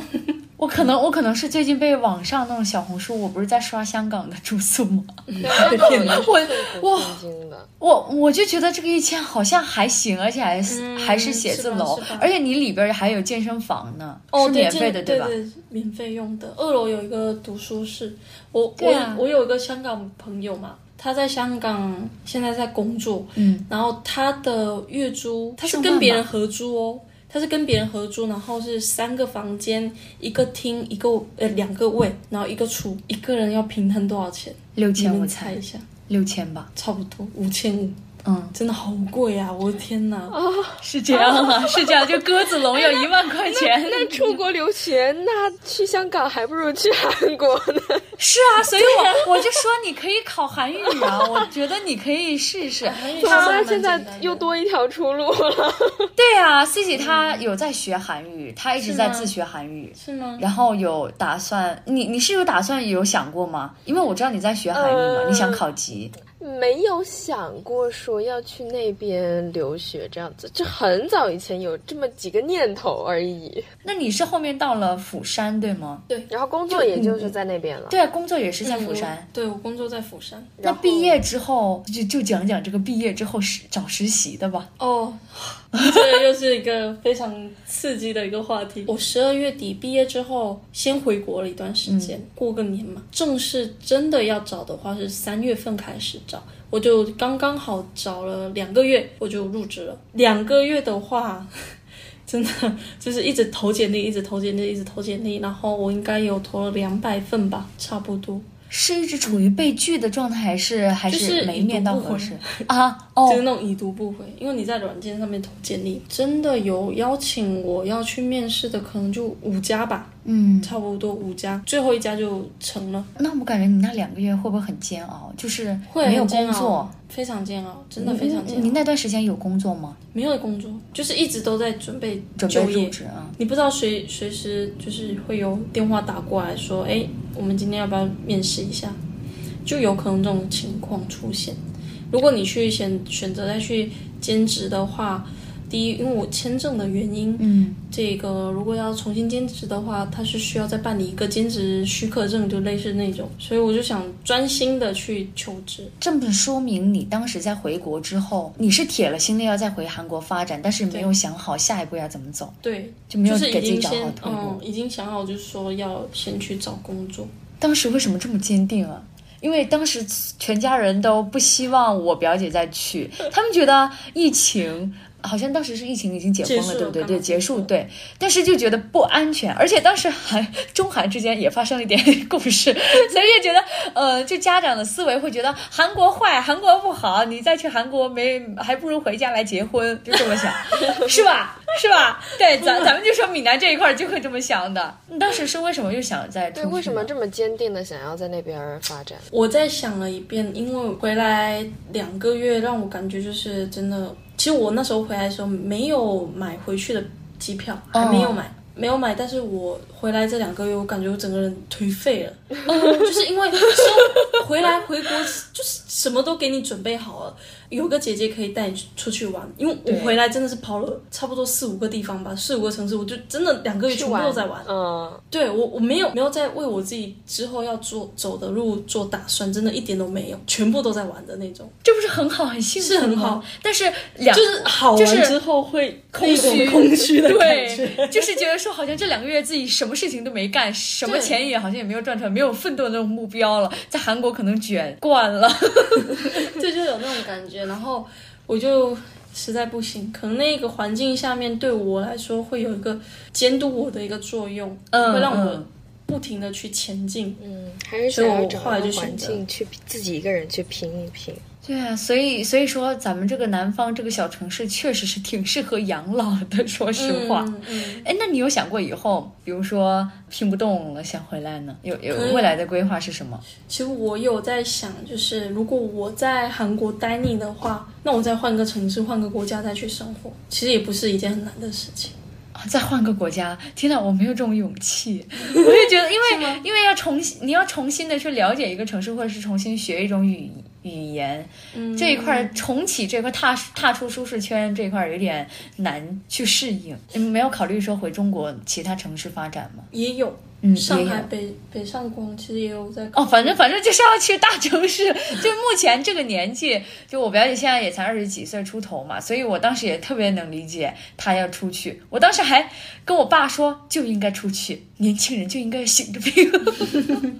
Speaker 1: 我可能我可能是最近被网上那种小红书，我不是在刷香港的住宿吗？
Speaker 2: 对，
Speaker 1: 天哪我
Speaker 2: 我震惊的。
Speaker 1: 我我就觉得这个一千好像还行，而且还是、
Speaker 3: 嗯
Speaker 1: 还是写字楼
Speaker 3: 是吧是吧，
Speaker 1: 而且你里边还有健身房呢，
Speaker 3: 哦，
Speaker 1: 是
Speaker 3: 对，
Speaker 1: 免
Speaker 3: 这
Speaker 1: 费的
Speaker 3: 对
Speaker 1: 吧？
Speaker 3: 对，免费用的。二楼有一个读书室，我、
Speaker 1: 对啊
Speaker 3: 我我有一个香港朋友嘛，他在香港现在在工作，
Speaker 1: 嗯，
Speaker 3: 然后他的月租他是
Speaker 1: 上万
Speaker 3: 跟别
Speaker 1: 吧
Speaker 3: 人合租哦。他是跟别人合租，然后是三个房间，一个厅，一个呃两个位，然后一个厨，一个人要平摊多少钱？
Speaker 1: 六
Speaker 3: 你
Speaker 1: 千我
Speaker 3: 们
Speaker 1: 猜
Speaker 3: 猜一下，
Speaker 1: 六千吧，
Speaker 3: 差不多五千五，
Speaker 1: 嗯，
Speaker 3: 真的好贵啊！我的天哪！
Speaker 1: 哦是这样 *laughs* 啊，是这样，就鸽子笼有一万块 *laughs* 钱，
Speaker 2: 那出国留学，那去香港还不如去韩国 *laughs* 呢。
Speaker 1: 是
Speaker 3: *laughs*
Speaker 1: 啊，所以我我就说你可以考韩语啊，我觉得你可以试一试。
Speaker 3: *laughs* 韩语
Speaker 2: 怎
Speaker 3: 是
Speaker 2: 么
Speaker 3: 蛮
Speaker 2: 办？
Speaker 3: 简
Speaker 2: 现
Speaker 3: 单
Speaker 2: 在
Speaker 3: 的
Speaker 2: 又多一条出路 *laughs* 了。
Speaker 1: 对啊，Cici 她有在学韩语，她一直
Speaker 3: 嗯是
Speaker 1: 在
Speaker 3: 吗
Speaker 1: 自学韩语。
Speaker 3: 是吗？
Speaker 1: 然后有打算，你你是有打算有想过吗？因为我知道你在学韩语嘛，
Speaker 2: 呃
Speaker 1: 你想考级，
Speaker 2: 没有想过说要去那边留学这样子，就很早以前有这么几个念头而已。
Speaker 1: 那你是后面到了釜山对吗？
Speaker 2: 然后工作也就是在那边了。
Speaker 1: 对啊，工作也是在釜山。
Speaker 3: 嗯我对我工作在釜山。
Speaker 1: 那
Speaker 2: 然后
Speaker 1: 毕业之后就就讲讲这个毕业之后实找实习的吧。
Speaker 3: 哦， *laughs* 这又是一个非常刺激的一个话题。我十二月底毕业之后，先回国了一段时间，过个年嘛。正式真的要找的话，是三月份开始找。我就刚刚好找了两个月，我就入职了。两个月的话， *laughs* 真的就是一直投简历，一直投简历，一直投简历。然后我应该有投了两百份吧，差不多。
Speaker 1: 是一直处于被拒的状态，还是还
Speaker 3: 就是
Speaker 1: 没
Speaker 3: 已读
Speaker 1: 面到
Speaker 3: 不
Speaker 1: 合
Speaker 3: 回
Speaker 1: 适啊？哦
Speaker 3: 就是那种已读不回，因为你在软件上面投简历，真的有邀请我要去面试的，可能就五家吧，
Speaker 1: 嗯，
Speaker 3: 差不多五家，最后一家就成了，
Speaker 1: 那我感觉你那两个月会不会很煎熬？就是
Speaker 3: 会
Speaker 1: 没有
Speaker 3: 很煎
Speaker 1: 工
Speaker 3: 熬
Speaker 1: 作，，
Speaker 3: 非常煎熬，真的非常煎
Speaker 1: 你
Speaker 3: 熬，
Speaker 1: 那段时间有工作吗？
Speaker 3: 没有工作，就是一直都在准备
Speaker 1: 准备
Speaker 3: 就
Speaker 1: 入
Speaker 3: 业。
Speaker 1: 职啊？
Speaker 3: 你不知道随随时就是会有电话打过来说，哎，我们今天要不要面试一下？就有可能这种情况出现。如果你去选选择再去兼职的话，第一，因为我签证的原因，
Speaker 1: 嗯，
Speaker 3: 这个如果要重新兼职的话，它是需要再办理一个兼职许可证，就类似那种。所以我就想专心的去求职。
Speaker 1: 这么说明你当时在回国之后，你是铁了心的要再回韩国发展，但是没有想好下一步要怎么走，
Speaker 3: 对，
Speaker 1: 就没有
Speaker 3: 就是
Speaker 1: 给
Speaker 3: 已
Speaker 1: 自己
Speaker 3: 经
Speaker 1: 找好
Speaker 3: 先
Speaker 1: 退路。
Speaker 3: 嗯，已经想好，就是说要先去找工作。
Speaker 1: 当时为什么这么坚定啊？因为当时全家人都不希望我表姐再
Speaker 3: *laughs*
Speaker 1: 去，他们觉得疫情好像当时是疫情已经解封
Speaker 3: 结
Speaker 1: 了，
Speaker 3: 束
Speaker 1: 对不对？
Speaker 3: 了
Speaker 1: 对，
Speaker 3: 刚
Speaker 1: 结
Speaker 3: 结
Speaker 1: 束
Speaker 3: 束
Speaker 1: 对，但是就觉得不安全，而且当时韩中韩之间也发生了一点故事， *laughs* 所以就觉得呃，就家长的思维会觉得韩国坏，韩国不好，你再去韩国没还不如回家来结婚，就这么
Speaker 3: *laughs*
Speaker 1: 想，是吧？是吧？对，咱咱们就说闽南这一块儿就会这么想的。你当时是为什么又想在
Speaker 2: 对，为什么这么坚定的想要在那边发展？
Speaker 3: 我再想了一遍，因为回来两个月，让我感觉就是真的。其实我那时候回来的时候没有买回去的机票，还没有买，没有买。但是我回来这两个月，我感觉我整个人颓废了，就是因为生回来回国就是什么都给你准备好了。有个姐姐可以带你出去玩，因为我回来真的是跑了差不多四五个地方吧，四五个城市，我就真的两个月全部都在玩。
Speaker 2: 嗯，
Speaker 3: 对我我没有没有在为我自己之后要做走的路做打算，真的一点都没有，全部都在玩的那种，
Speaker 1: 这不是很好，很幸福，
Speaker 3: 是很好。
Speaker 1: 但是两
Speaker 3: 就是好
Speaker 1: 就
Speaker 3: 完
Speaker 1: 是
Speaker 3: 之后会
Speaker 1: 空虚
Speaker 3: 那种空虚的感
Speaker 1: 对，
Speaker 3: *laughs* 觉。
Speaker 1: 就是觉得说好像这两个月自己什么事情都没干，什么
Speaker 3: 对
Speaker 1: 钱也好像也没有赚出来，没有奋斗的那种目标了。在韩国可能卷惯了，
Speaker 3: 这就有那种感觉。然后我就实在不行，可能那个环境下面对我来说会有一个监督我的一个作用，
Speaker 1: 嗯
Speaker 3: 会让我
Speaker 1: 嗯
Speaker 3: 不停的去前进。
Speaker 2: 嗯，还是
Speaker 3: 所
Speaker 2: 想
Speaker 3: 以
Speaker 2: 要
Speaker 3: 我
Speaker 2: 找
Speaker 3: 后来
Speaker 2: 一个
Speaker 3: 就选
Speaker 2: 环
Speaker 3: 择
Speaker 2: 境去自己一个人去拼一拼。
Speaker 1: *laughs* 对啊，所以所以说咱们这个南方这个小城市确实是挺适合养老的，说实话。
Speaker 3: 嗯嗯
Speaker 1: 哎，那你有想过以后，比如说拼不动了想回来呢？有有
Speaker 3: 可以
Speaker 1: 未来的规划是什么？
Speaker 3: 其实我有在想，就是如果我在韩国待腻的话，那我再换个城市、换个国家再去生活，其实也不是一件很难的事情。
Speaker 1: 啊，再换个国家？天哪，我没有这种勇气。我就觉得，因为因为要重新，你要重新的去了解一个城市，或者是重新学一种语语言，
Speaker 3: 嗯，
Speaker 1: 这一块儿重启这块儿踏踏出舒适圈这一块儿有点难去适应。你没有考虑说回中国其他城市发展吗？
Speaker 3: 也有，
Speaker 1: 嗯，
Speaker 3: 上
Speaker 1: 也
Speaker 3: 海
Speaker 1: 有
Speaker 3: 北北上广其实也有在考
Speaker 1: 哦，反正反正就是要去大城市。就目前这个年纪，就我表姐现在也才二十几岁出头嘛，所以我当时也特别能理解她要出去。我当时还跟我爸说，就应该出去，年轻人就应该醒着病。 *laughs*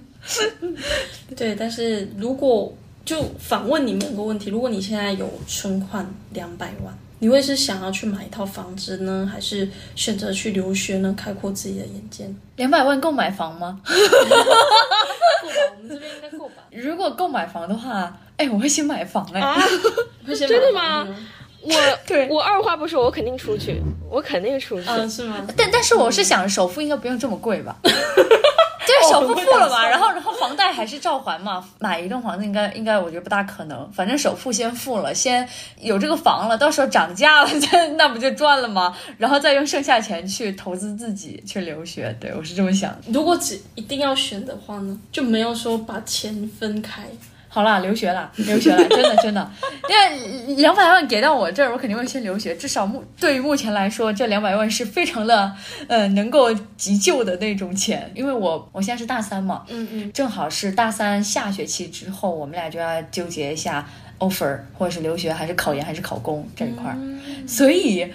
Speaker 3: 对，但是如果就反问你们一个问题：如果你现在有存款两百万，你会是想要去买一套房子呢，还是选择去留学呢，开阔自己的眼界？
Speaker 1: 两百万够买房吗？
Speaker 3: 够吧，我们这边应该够 *laughs* 吧？
Speaker 1: 如果够买房的话，哎，我会先买房哎。
Speaker 2: 啊，
Speaker 3: *laughs*
Speaker 2: 真的吗？我
Speaker 1: 对
Speaker 2: 我二话不说，我肯定出去，我肯定出去。
Speaker 3: 嗯，是吗？
Speaker 1: 但但是我是想，首付应该不用这么贵吧？就是首付付了嘛，然后然后房贷还是照还嘛。买一栋房子应该应该我觉得不大可能，反正首付先付了，先有这个房了，到时候涨价了， *laughs* 那那不就赚了吗？然后再用剩下钱去投资自己，去留学。对我是这么想的。
Speaker 3: 如果只一定要选的话呢，就没有说把钱分开。
Speaker 1: 好啦，留学啦，留学啦，真的真的，因为两百万给到我这儿，我肯定会先留学。至少目对于目前来说，这两百万是非常的，呃，能够急救的那种钱。因为我我现在是大三嘛，
Speaker 3: 嗯嗯，
Speaker 1: 正好是大三下学期之后，我们俩就要纠结一下 offer，或者是留学还是考研还是考公这一块儿。
Speaker 3: 嗯
Speaker 1: 所以，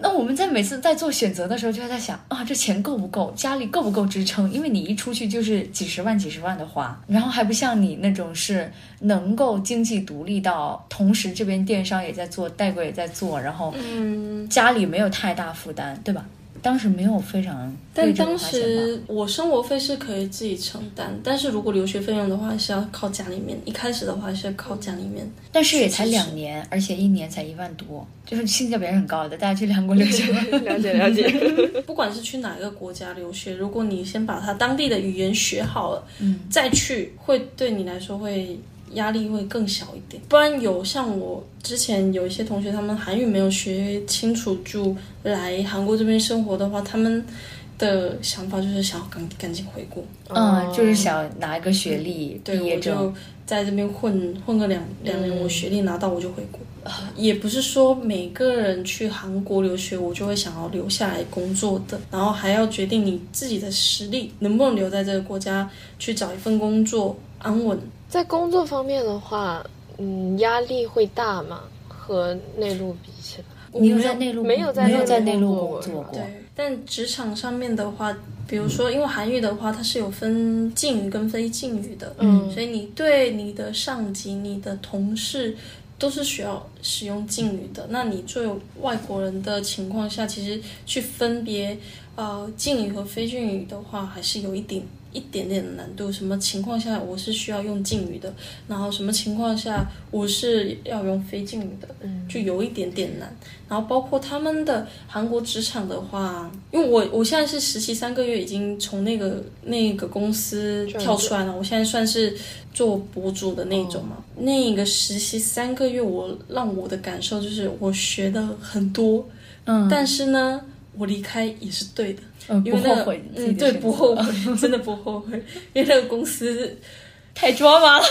Speaker 1: 那我们在每次在做选择的时候，就会在想啊，这钱够不够，家里够不够支撑？因为你一出去就是几十万、几十万的花，然后还不像你那种是能够经济独立到，同时这边电商也在做，代购也在做，然后
Speaker 3: 嗯
Speaker 1: 家里没有太大负担，对吧？当时没有非常
Speaker 3: 但
Speaker 1: 为这个
Speaker 3: 当
Speaker 1: 花钱吧
Speaker 3: 时我生活费是可以自己承担，但是如果留学费用的话是要靠家里面，一开始的话是要靠家里面。
Speaker 1: 但是也才两年，而且一年才一万多，就是性价比还是很高的。大家去韩国留学吧。
Speaker 2: 了解了解。
Speaker 3: 不管是去哪一个国家留学，如果你先把它当地的语言学好了，
Speaker 1: 嗯，
Speaker 3: 再去会对你来说会压力会更小一点。不然有像我之前有一些同学，他们韩语没有学清楚，就来韩国这边生活的话，他们的想法就是想要赶赶紧回国。
Speaker 1: *laughs* 嗯，就是想拿一个学历、
Speaker 3: 嗯对，
Speaker 1: 毕业
Speaker 3: 我
Speaker 1: 证。嗯
Speaker 3: 就在这边混混个两两年，我学历拿到我就回国。也不是说每个人去韩国留学，我就会想要留下来工作的，然后还要决定你自己的实力能不能留在这个国家去找一份工作安稳。
Speaker 2: *laughs* 在工作方面的话，嗯，压力会大嘛，和内陆比起来。
Speaker 1: 你有在内陆
Speaker 2: 没有在
Speaker 1: 没有在
Speaker 2: 内
Speaker 1: 内
Speaker 2: 陆
Speaker 1: 陆
Speaker 2: 工
Speaker 1: 工
Speaker 2: 作
Speaker 1: 作
Speaker 2: 过
Speaker 1: 过
Speaker 3: 对？，但职场上面的话，比如说，因为韩语的话，它是有分敬语跟非敬语的，
Speaker 2: 嗯
Speaker 3: 所以你对你的上级、你的同事都是需要使用敬语的。那你作为外国人的情况下，其实去分别呃敬语和非敬语的话，还是有一点一点点的难度。什么情况下我是需要用敬语的，然后什么情况下我是要用非敬语的，就有一点点难。然后包括他们的韩国职场的话，因为我我现在是实习三个月，已经从那个那个公司跳出来了，我现在算是做博主的那种嘛。
Speaker 1: 哦
Speaker 3: 那个实习三个月，我让我的感受就是我学的很多，
Speaker 1: 嗯，
Speaker 3: 但是呢，我离开也是对的，
Speaker 1: 嗯
Speaker 3: 因
Speaker 1: 不
Speaker 3: 为那
Speaker 1: 后
Speaker 3: 个
Speaker 1: 悔自己
Speaker 3: 嗯，
Speaker 1: 的
Speaker 3: 对，
Speaker 1: 选择，
Speaker 3: 不后悔，真的不后悔，因为那个公司
Speaker 1: 太抓马了。 *laughs*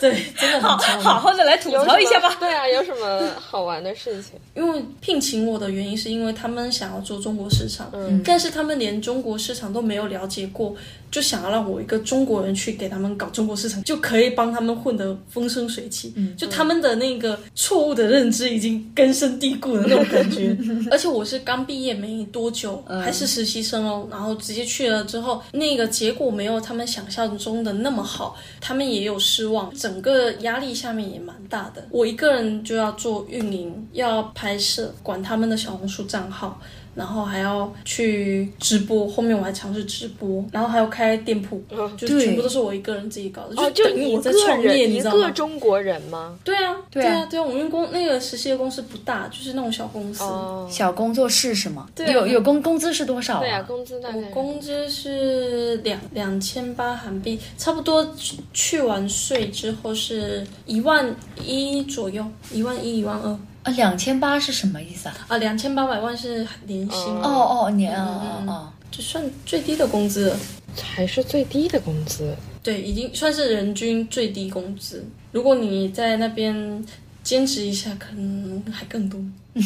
Speaker 3: 对真的很重
Speaker 1: 好
Speaker 3: 要。
Speaker 1: 好的来吐
Speaker 2: 有
Speaker 1: 槽
Speaker 2: 什
Speaker 1: 一下
Speaker 2: 么
Speaker 1: 吧。
Speaker 2: 对啊，有什么好玩的事情？
Speaker 3: 因为聘请我的原因是因为他们想要做中国市场，
Speaker 2: 嗯
Speaker 3: 但是他们连中国市场都没有了解过，就想要让我一个中国人去给他们搞中国市场，就可以帮他们混得风生水起。嗯，就他们的那个错误的认知已经根深蒂固的那种感觉。而且我是刚毕业没多久，还
Speaker 1: 嗯
Speaker 3: 是实习生哦，然后直接去了之后，那个结果没有他们想象中的那么好，他们也有失望，整个压力下面也蛮大的。我一个人就要做运营，要拍摄，管他们的小红书账号。然后还要去直播，后面我还尝试直播，然后还要开店铺，就是全部都是我一个人自己搞的，
Speaker 2: 嗯哦，
Speaker 3: 就
Speaker 2: 就
Speaker 3: 等于
Speaker 2: 一
Speaker 3: 我在
Speaker 2: 个
Speaker 3: 创业，
Speaker 2: 人
Speaker 3: 你
Speaker 2: 哦一
Speaker 3: 知道
Speaker 2: 个
Speaker 3: 吗？
Speaker 2: 中国人吗？
Speaker 3: 对啊，
Speaker 1: 对
Speaker 3: 对
Speaker 1: 啊
Speaker 3: 啊，对啊，我们公那个实习的公司不大，就是那种小公司。
Speaker 2: 哦，
Speaker 1: 小工作室是吗？
Speaker 3: 对啊
Speaker 1: 有有工工资是多少、啊？
Speaker 2: 对啊，工资大
Speaker 3: 我
Speaker 2: 概
Speaker 3: 工资是两两千八韩币，差不多去去完税之后是一万一左右，一万一一万二
Speaker 1: 啊，两千八是什么意思啊？
Speaker 3: 啊，两千八百万是年薪，
Speaker 2: 哦
Speaker 1: 哦哦，年啊哦哦，
Speaker 3: 就算最低的工资了。
Speaker 2: 还是最低的工资。
Speaker 3: 对，已经算是人均最低工资。如果你在那边兼职一下，可能还更多。 *laughs*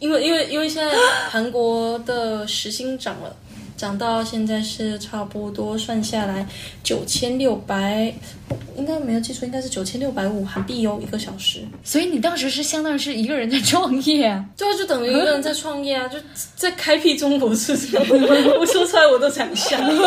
Speaker 3: 因为因为因为现在韩国的时薪涨了，涨到现在是差不多算下来九千六百，应该没有记错，应该是九千六百五韩币哦，一个小时。
Speaker 1: 所以你当时是相当于是一个人在创业啊？
Speaker 3: 对啊，就等于一个人在创业啊，就在开辟中国市场。 *laughs* 我说出来我都想 *laughs* 笑，因为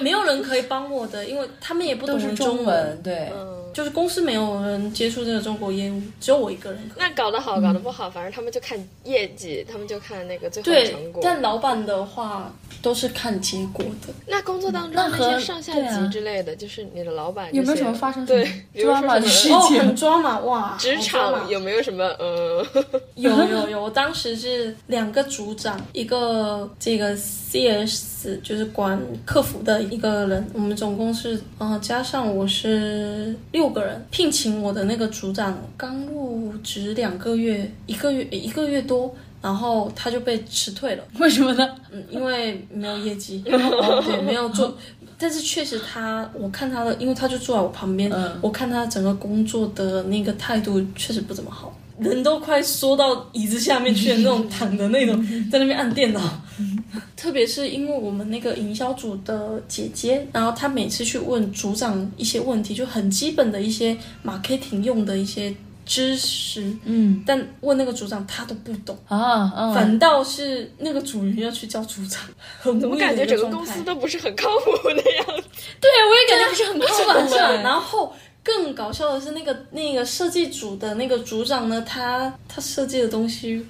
Speaker 3: 没有人可以帮我的，因为他们也不懂得中文，
Speaker 1: 对，
Speaker 2: 嗯
Speaker 3: 就是公司没有人接触这个中国业务，只有我一个人可以。
Speaker 2: 那搞得好，搞得不好，反正他们就看业绩，他们就看那个最后的
Speaker 3: 对
Speaker 2: 成果，。
Speaker 3: 但老板的话都是看结果的。
Speaker 2: 那工作当中
Speaker 1: 那
Speaker 2: 那
Speaker 1: 和
Speaker 2: 些上下
Speaker 1: 对啊
Speaker 2: 级之类的，就是你的老板
Speaker 1: 有没有
Speaker 2: 这些
Speaker 1: 什么发生
Speaker 2: 对
Speaker 1: 什么，
Speaker 2: 比如说
Speaker 1: drama 的事
Speaker 2: 什么
Speaker 1: 情
Speaker 3: 哦，很抓马哇！
Speaker 2: 职
Speaker 3: 好抓
Speaker 2: 场
Speaker 3: 马
Speaker 2: 有没有什么呃，
Speaker 3: 有有有，我当时是两个组长，一个这个 CS 就是管客服的一个人，我们总共是呃加上我是六个人。聘请我的那个组长刚入职两个月，一个月一个月多，然后他就被辞退了。
Speaker 1: 为什么呢？
Speaker 3: 嗯，因为没有业
Speaker 1: *laughs*
Speaker 3: 绩，
Speaker 1: 哦
Speaker 3: 对，没有做。但是确实他，我看他的，因为他就坐在我旁边，
Speaker 1: 嗯
Speaker 3: 我看他整个工作的那个态度确实不怎么好，人都快缩到椅子下面去的
Speaker 1: *laughs*
Speaker 3: 那种躺的那种，在那边按电脑。特别是因为我们那个营销组的姐姐，然后她每次去问组长一些问题，就很基本的一些 marketing 用的一些知识，
Speaker 1: 嗯
Speaker 3: 但问那个组长他都不懂。
Speaker 1: 啊嗯，
Speaker 3: 反倒是那个主人要去叫组长，很
Speaker 2: 我
Speaker 3: 无
Speaker 2: 感
Speaker 3: 力的
Speaker 2: 觉
Speaker 3: 一个
Speaker 2: 整个
Speaker 3: 状态。
Speaker 2: 公司都不是很靠谱的样子。
Speaker 3: 对，我也感觉不是很不
Speaker 1: 靠谱
Speaker 3: 是
Speaker 1: 哎
Speaker 3: *laughs* 然后更搞笑的是，那个那个设计组的那个组长呢，他他设计的东西。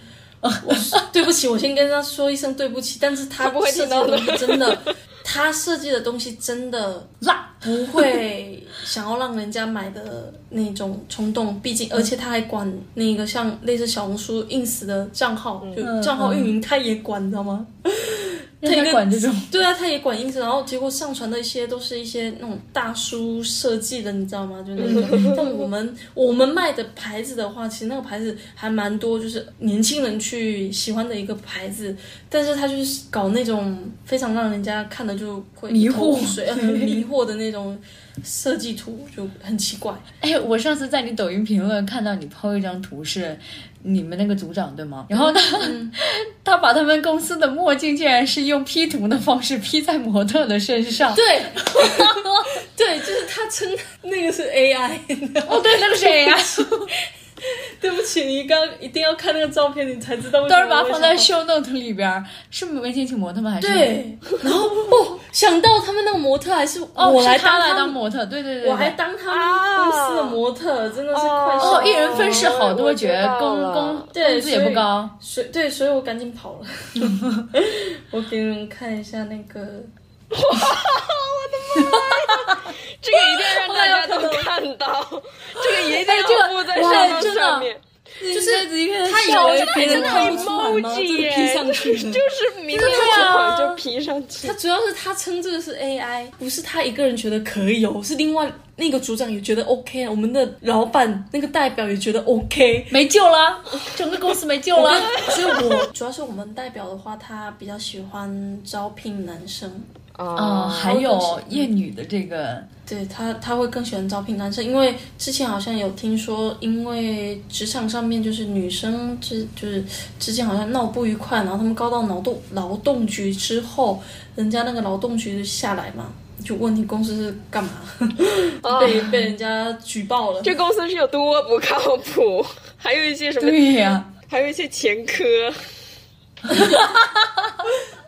Speaker 3: *laughs* 我对不起，我先跟他说一声对不起，但是他
Speaker 2: 他不会听
Speaker 3: 设计的
Speaker 2: 到的
Speaker 3: 东西真的，他设计的东西真的
Speaker 1: 辣，
Speaker 3: 不会想要让人家买的那种冲动，毕竟而且他还管那个像类似小红书 ins 的账号，就账号运营他也管，你知道吗？
Speaker 1: 让
Speaker 3: 一
Speaker 1: 他
Speaker 3: 个
Speaker 1: 管这种，
Speaker 3: 对啊，他也管 ins，然后结果上传的一些都是一些那种大叔设计的，你知道吗？就那种。
Speaker 1: 嗯
Speaker 3: 但我们我们卖的牌子的话，其实那个牌子还蛮多，就是年轻人去喜欢的一个牌子，但是他就是搞那种非常让人家看的就
Speaker 1: *laughs*
Speaker 3: 会
Speaker 1: 迷
Speaker 3: 一头雾
Speaker 1: 惑
Speaker 3: 水、很迷惑的那种设计图，就很
Speaker 1: *laughs*
Speaker 3: 奇怪。
Speaker 1: 哎，我上次在你抖音评论看到你抛一张图是你们那个组长对
Speaker 3: 嗯
Speaker 1: 吗？然后他、他把他们公司的墨镜竟然是用 P 图的方式 P 在模特的身上。
Speaker 3: 对， *laughs* 对，就是他称那个是 AI。
Speaker 1: 哦，对，那个谁呀、
Speaker 3: *laughs* 对不起，你刚一定要看那个照片，你才知道为什
Speaker 1: 到
Speaker 3: 么
Speaker 1: 时候
Speaker 3: 我
Speaker 1: 把它
Speaker 3: 会想到。
Speaker 1: 放在 show note 里边儿，是没进去模特吗？还是
Speaker 3: 对， *laughs* 然后哦，想到他们那个模特还是
Speaker 1: 哦，
Speaker 3: 我来
Speaker 1: 是他来
Speaker 3: 当
Speaker 1: 当
Speaker 3: 们，
Speaker 1: 模特，对对对对，
Speaker 3: 我还当他们公司的模特，真的是快笑
Speaker 1: 哦，
Speaker 3: 死
Speaker 1: 一人分饰好多
Speaker 2: 我知
Speaker 1: 角，
Speaker 2: 道
Speaker 1: 工
Speaker 2: 了
Speaker 1: 工
Speaker 3: 对
Speaker 1: 工资也不高。
Speaker 3: 所以对，所以我赶紧跑了。 *laughs* 我给你们看一下那个，
Speaker 2: 这个一定要让大家都看到，这个一定要附在
Speaker 1: 哇
Speaker 2: 上
Speaker 1: 真
Speaker 2: 面
Speaker 1: 的
Speaker 2: 上面，
Speaker 1: 就是仔细看，
Speaker 3: 他以为别人
Speaker 2: 真的
Speaker 3: 看不出来吗？
Speaker 2: emoji
Speaker 3: 这个
Speaker 2: 耶
Speaker 3: 拼上去的。
Speaker 2: 就是明明不好就 P 上去
Speaker 3: 他。主要是他称这个是 AI，不是他一个人觉得可以哦，是另外那个组长也觉得 OK，我们的老板那个代表也觉得 OK，
Speaker 1: 没救了，整个公司没救了。
Speaker 3: 所以我主要是我们代表的话，他比较喜欢招聘男生，
Speaker 1: 啊、
Speaker 2: 啊
Speaker 1: 还有夜女的这个，
Speaker 3: 对他他会更喜欢招聘男生，因为之前好像有听说，因为职场上面就是女生之就是之前好像闹不愉快，然后他们告到劳动劳动局之后，人家那个劳动局就下来嘛。就问你公司是干嘛， *laughs* 被被人家举报了。
Speaker 2: 这公司是有多不靠谱，还有一些什么，
Speaker 1: 对呀、
Speaker 2: 还有一些前科。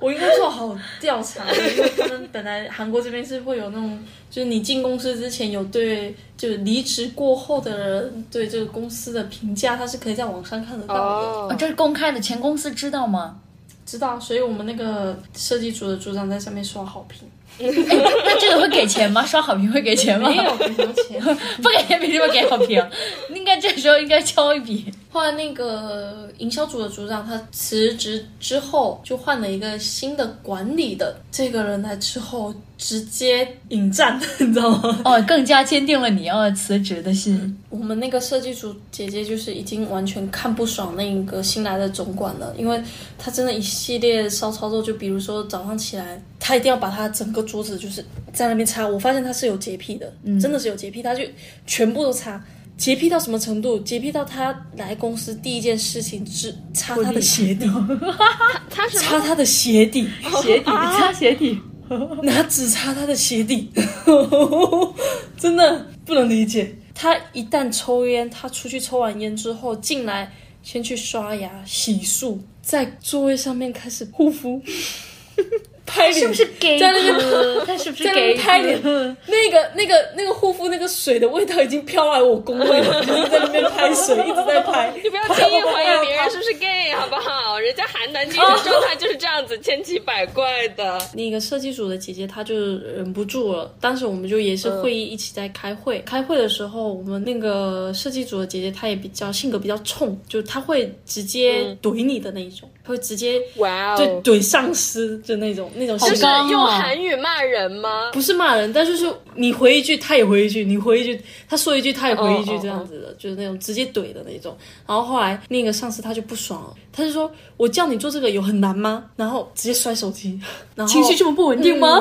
Speaker 3: 我应该做好调查，因为他们本来韩国这边是会有那种，就是你进公司之前有对，就是离职过后的人对这个公司的评价，他是可以在网上看得到的。
Speaker 2: 哦
Speaker 1: 哦，这是公开的，前公司知道吗？
Speaker 3: 知道，所以我们那个设计组的组长在上面刷好评，
Speaker 1: 那这个会给钱吗？刷好评会给钱吗？
Speaker 3: 没有给什么钱。
Speaker 1: *laughs* 不给钱凭什么给好评？应该这时候应该敲一笔。
Speaker 3: 后来那个营销组的组长他辞职之后，就换了一个新的管理的这个人来之后，直接引战， *laughs* 你知道吗？
Speaker 1: 哦，更加坚定了你要辞职的心。
Speaker 3: 我们那个设计组姐姐就是已经完全看不爽那一个新来的总管了，因为她真的一系列骚操作，就比如说早上起来，她一定要把她整个桌子就是在那边擦。我发现她是有洁癖的，真的是有洁癖，她就全部都擦。洁癖到什么程度？洁癖到她来公司第一件事情是擦她的鞋底，
Speaker 2: 他是
Speaker 3: *laughs* 擦她的鞋底，
Speaker 1: 哦鞋底，擦鞋底。
Speaker 3: 拿纸擦她的鞋底， *laughs* 真的不能理解。她一旦抽烟，她出去抽完烟之后进来，先去刷牙、洗漱，在座位上面开始护肤， *laughs* 拍
Speaker 1: *laughs*
Speaker 3: 脸，
Speaker 1: 是不是给？
Speaker 3: 在那
Speaker 1: *laughs*
Speaker 3: 边
Speaker 1: 他是不是
Speaker 3: 在那
Speaker 1: 给？
Speaker 3: 边拍脸，那个、那个、那个护肤那个水的味道已经飘来我工位了，就是在那边拍水，一直在拍。
Speaker 2: 你不要轻易怀疑别人是不是 gay 好不好？人家韩男精神状态就是这样子，千奇百怪的。
Speaker 3: 那个设计组的姐姐她就忍不住了，当时我们就也
Speaker 2: 嗯
Speaker 3: 是会议一起在开会，开会的时候，我们那个设计组的姐姐她也比较性格比较冲，就她会直接怼你的那一种，她会直接
Speaker 2: 嗯哇
Speaker 3: 就
Speaker 2: 哦，
Speaker 3: 怼上司就那种那种性
Speaker 2: 就
Speaker 3: 格，
Speaker 2: 是
Speaker 1: 好刚哦
Speaker 2: 用韩语骂人吗？
Speaker 3: 不是骂人，但就是你回一句，他也回一句，你回一句，他说一句，他也回一句
Speaker 2: 哦哦，
Speaker 3: 这样子的，就是那种直接怼的那种。然后后来那个上司他就不爽了，他就说：“我叫你做这个有很难吗？”然后直接摔手机，然后
Speaker 1: 情绪这么不稳定吗？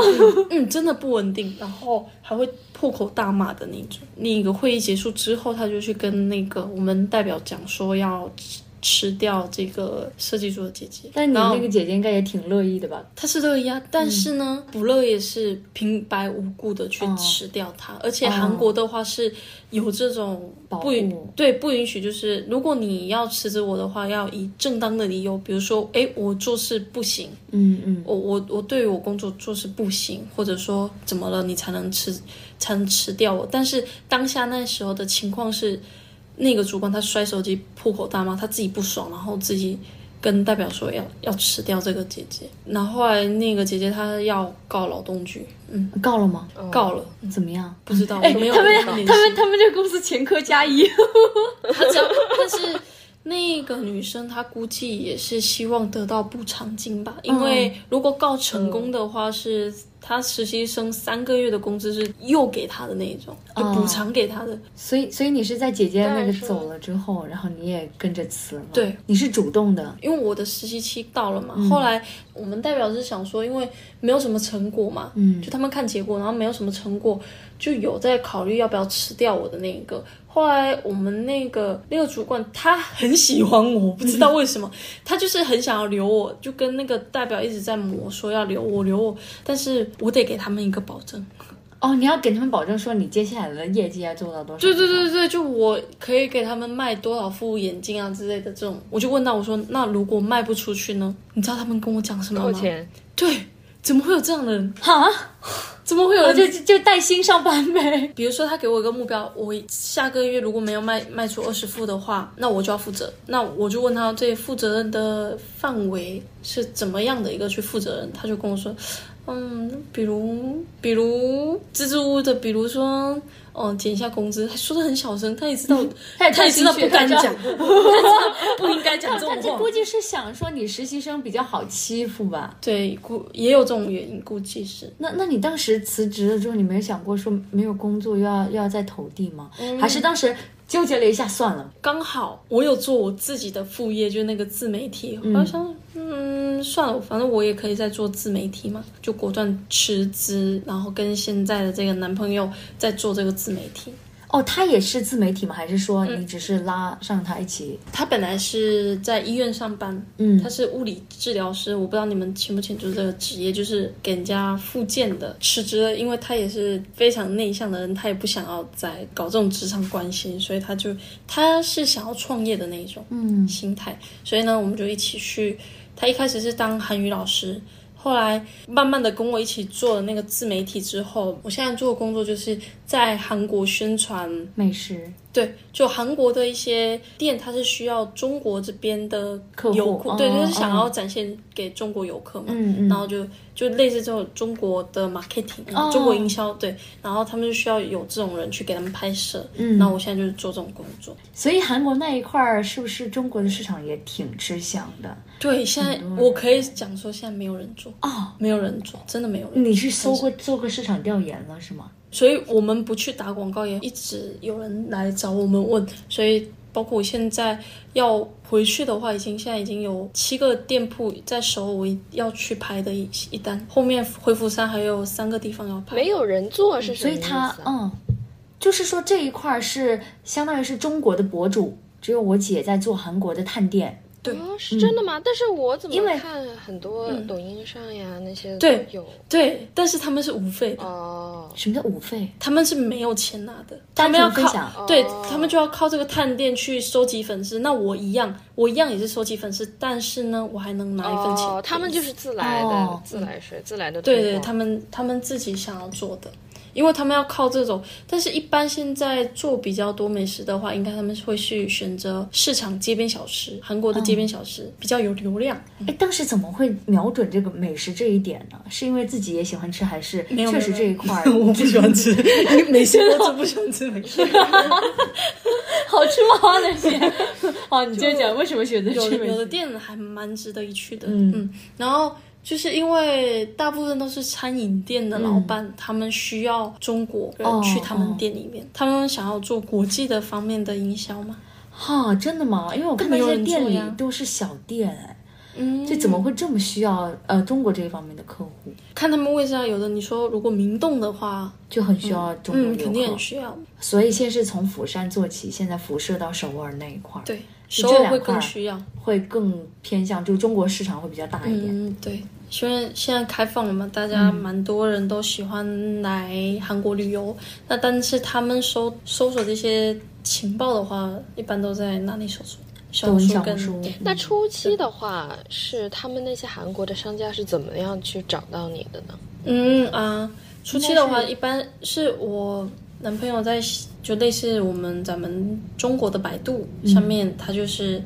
Speaker 3: 嗯，真的不稳定，然后还会破口大骂的那种。那个会议结束之后，他就去跟那个我们代表讲说要吃吃掉这个设计组的姐姐。
Speaker 1: 但你
Speaker 3: 然后
Speaker 1: 那个姐姐应该也挺乐意的吧？
Speaker 3: 他是乐意啊，但是呢，不乐意是平白无故的去吃掉它，而且韩国的话是有这种
Speaker 1: 保
Speaker 3: 不允
Speaker 1: 护
Speaker 3: 对不允许，就是如果你要辞职我的话，要以正当的理由，比如说，哎，我做事不行，
Speaker 1: 嗯嗯。
Speaker 3: 我我我对于我工作做事不行，或者说怎么了，你才能吃才能吃掉我。但是当下那时候的情况是，那个主管他摔手机破口大骂，他自己不爽，然后自己跟代表说要要吃掉这个姐姐。然后后来那个姐姐她要告劳动局，嗯，
Speaker 1: 告了吗？
Speaker 3: 告了，
Speaker 1: 怎么样？
Speaker 3: 不知道我没有跟联系
Speaker 1: 哦 *laughs* 哎他们这公司前科加一。
Speaker 3: 她只要 *laughs* 但是那个女生她估计也是希望得到补偿金吧，因为如果告成功的话是。她实习生三个月的工资是又给她的那一种，就补偿给她的。
Speaker 1: 所以，所以你是在姐姐那
Speaker 2: 当
Speaker 1: 个
Speaker 2: 然是
Speaker 1: 走了之后，然后你也跟着辞了吗？
Speaker 3: 对，
Speaker 1: 你是主动的。
Speaker 3: 因为我的实习期到了嘛，后来我们代表是想说，因为没有什么成果嘛，
Speaker 1: 嗯
Speaker 3: 就他们看结果，然后没有什么成果，就有在考虑要不要吃掉我的那一个。后来我们那个那个主管他很喜欢我，不知道为 *laughs* 什么，他就是很想要留我，就跟那个代表一直在磨，说要留我留我，但是我得给他们一个保证。
Speaker 1: 哦，你要给他们保证说你接下来的业绩要做到多少？
Speaker 3: 对对对对对，就我可以给他们卖多少副眼镜啊之类的这种，我就问到我说，那如果卖不出去呢？你知道他们跟我讲什么吗？
Speaker 2: 扣钱，
Speaker 3: 对，怎么会有这样的人？
Speaker 1: 哈，
Speaker 3: 怎么会有
Speaker 1: 我
Speaker 3: 人？
Speaker 1: 哦就就带薪上班呗。
Speaker 3: 比如说，他给我一个目标，我下个月如果没有卖卖出二十副的话，那我就要负责。那我就问他这负责任的范围是怎么样的一个去负责任？他就跟我说，嗯，比如比如支支吾吾的，比如说，嗯，减一下工资，他说的很小声，他也知道，
Speaker 1: 嗯他也
Speaker 3: 他也知道
Speaker 1: 带薪去
Speaker 3: 不 *laughs* 敢
Speaker 1: 他知
Speaker 3: 讲，
Speaker 1: 道
Speaker 3: 他知道不应该讲
Speaker 1: *laughs*
Speaker 3: 这
Speaker 1: 他
Speaker 3: 种
Speaker 1: 这
Speaker 3: 话
Speaker 1: 估。计是想说你实习生比较好欺负吧？
Speaker 3: 对，估也有这种原因，估计是。
Speaker 1: 那那你当时辞职了之后，你没有想过说没有工作又要又要再投递吗？还是当时纠结了一下算了？
Speaker 3: 刚好我有做我自己的副业，就是那个自媒体。我就想，嗯，算了，反正我也可以再做自媒体嘛，就果断辞职，然后跟现在的这个男朋友在做这个自媒体。
Speaker 1: 哦，他也是自媒体吗？还是说你只是拉上他一起？
Speaker 3: 他本来是在医院上班，
Speaker 1: 嗯
Speaker 3: 他是物理治疗师，我不知道你们清不清楚这个职业，就是给人家复健的。辞职了，因为他也是非常内向的人，他也不想要再搞这种职场关系，所以他就他是想要创业的那一种，嗯，心态。所以呢，我们就一起去。他一开始是当韩语老师，后来慢慢的跟我一起做了那个自媒体之后，我现在做的工作就是在韩国宣传
Speaker 1: 美食，
Speaker 3: 对，就韩国的一些店，它是需要中国这边的
Speaker 1: 客户
Speaker 3: 游客，
Speaker 1: 哦
Speaker 3: 对，就是想要
Speaker 1: 哦
Speaker 3: 展现给中国游客嘛。
Speaker 1: 嗯嗯
Speaker 3: 然后就就类似这种中国的 marketing，、
Speaker 1: 哦
Speaker 3: 中国营销，对。然后他们就需要有这种人去给他们拍摄。
Speaker 1: 嗯
Speaker 3: 然后我现在就是做这种工作。
Speaker 1: 所以韩国那一块儿是不是中国的市场也挺吃香的？
Speaker 3: 对，现在
Speaker 2: 嗯
Speaker 3: 我可以讲说，现在没有人做，
Speaker 1: 哦，
Speaker 3: 没有人做，真的没有人做。
Speaker 1: 你是搜过做过市场调研了是吗？
Speaker 3: 所以我们不去打广告，也一直有人来找我们问，所以。包括我现在要回去的话，已经现在已经有七个店铺在首尔，我要去拍的一一单，后面回釜山还有三个地方要拍。
Speaker 2: 没有人做是什
Speaker 1: 所
Speaker 2: 么
Speaker 1: 以
Speaker 2: 意思
Speaker 1: 他
Speaker 2: 啊？
Speaker 1: 嗯，就是说这一块儿是相当于是中国的博主，只有我姐在做韩国的探店。
Speaker 3: 对
Speaker 2: 哦，是真的
Speaker 3: 嗯
Speaker 2: 吗？但是我怎
Speaker 1: 因
Speaker 2: 么
Speaker 1: 为
Speaker 2: 看很多抖音上呀那些
Speaker 3: 对
Speaker 2: 都有
Speaker 3: 对，但是他们是无费的，
Speaker 2: 哦，
Speaker 1: 什么叫五费？
Speaker 3: 他们是没有钱拿的，他
Speaker 1: 单
Speaker 3: 们要
Speaker 1: 纯分
Speaker 3: 靠。
Speaker 1: 享，
Speaker 3: 对
Speaker 2: 哦
Speaker 3: 他们就要靠这个探店去收集粉丝，那我一样，我一样也是收集粉丝，但是呢，我还能拿一份钱。
Speaker 2: 哦，他们就是自来的、
Speaker 1: 哦
Speaker 2: 自来水、自来的推
Speaker 3: 对
Speaker 2: 广。
Speaker 3: 对，他们他们自己想要做的，因为他们要靠这种。但是，一般现在做比较多美食的话，应该他们会去选择市场街边小吃，韩国的街边小吃、比较有流量。
Speaker 1: 哎，当时怎么会瞄准这个美食这一点呢？是因为自己也喜欢吃，还是
Speaker 3: 没有
Speaker 1: 确实
Speaker 3: 没有
Speaker 1: 这一块儿
Speaker 3: *laughs* 我不喜欢
Speaker 1: *laughs*
Speaker 3: 吃美食，我真不喜欢吃美食。
Speaker 1: 好吃吗？那些？
Speaker 3: *laughs*
Speaker 1: 好，你接着讲，为什么选择
Speaker 3: 有
Speaker 1: 吃
Speaker 3: 的
Speaker 1: 美
Speaker 3: 有的
Speaker 1: 食？
Speaker 3: 店还蛮值得一去的，
Speaker 1: 嗯
Speaker 3: 然后就是因为大部分都是餐饮店的
Speaker 1: 嗯
Speaker 3: 老板，他们需要中国
Speaker 1: 哦
Speaker 3: 人去他们
Speaker 1: 哦
Speaker 3: 店里面，他们想要做国际的方面的营销嘛，
Speaker 1: 哈、真的吗？因为我看那
Speaker 3: 没有
Speaker 1: 些
Speaker 3: 人
Speaker 1: 店
Speaker 3: 做
Speaker 1: 里
Speaker 3: 呀
Speaker 1: 都是小店，哎，
Speaker 3: 嗯，
Speaker 1: 这怎么会这么需要呃中国这一方面的客户？
Speaker 3: 看他们为啥有的你说如果明洞的话，
Speaker 1: 就很需要中国
Speaker 3: 嗯，
Speaker 1: 游
Speaker 3: 肯定
Speaker 1: 客
Speaker 3: 很，需要，
Speaker 1: 所以先是从釜山做起，现在辐射到首尔那一块儿，
Speaker 3: 对，
Speaker 1: 这
Speaker 3: 首尔
Speaker 1: 两块儿
Speaker 3: 会更需要，
Speaker 1: 会更偏向就中国市场会比较大一点。嗯
Speaker 3: 嗯，对。虽然现在开放了嘛，大家蛮多人都喜欢来韩国旅游，那但是他们搜搜索这些情报的话，一般都在哪里搜索？小
Speaker 1: 抖
Speaker 3: 红
Speaker 1: 音、
Speaker 3: 书
Speaker 1: 小
Speaker 3: 跟
Speaker 1: 红书，
Speaker 2: 那初期的话，是他们那些韩国的商家是怎么样去找到你的呢？
Speaker 3: 嗯啊，初期的话，
Speaker 1: 应该是
Speaker 3: 一般是我男朋友在就类似我们咱们中国的百度上面，他就是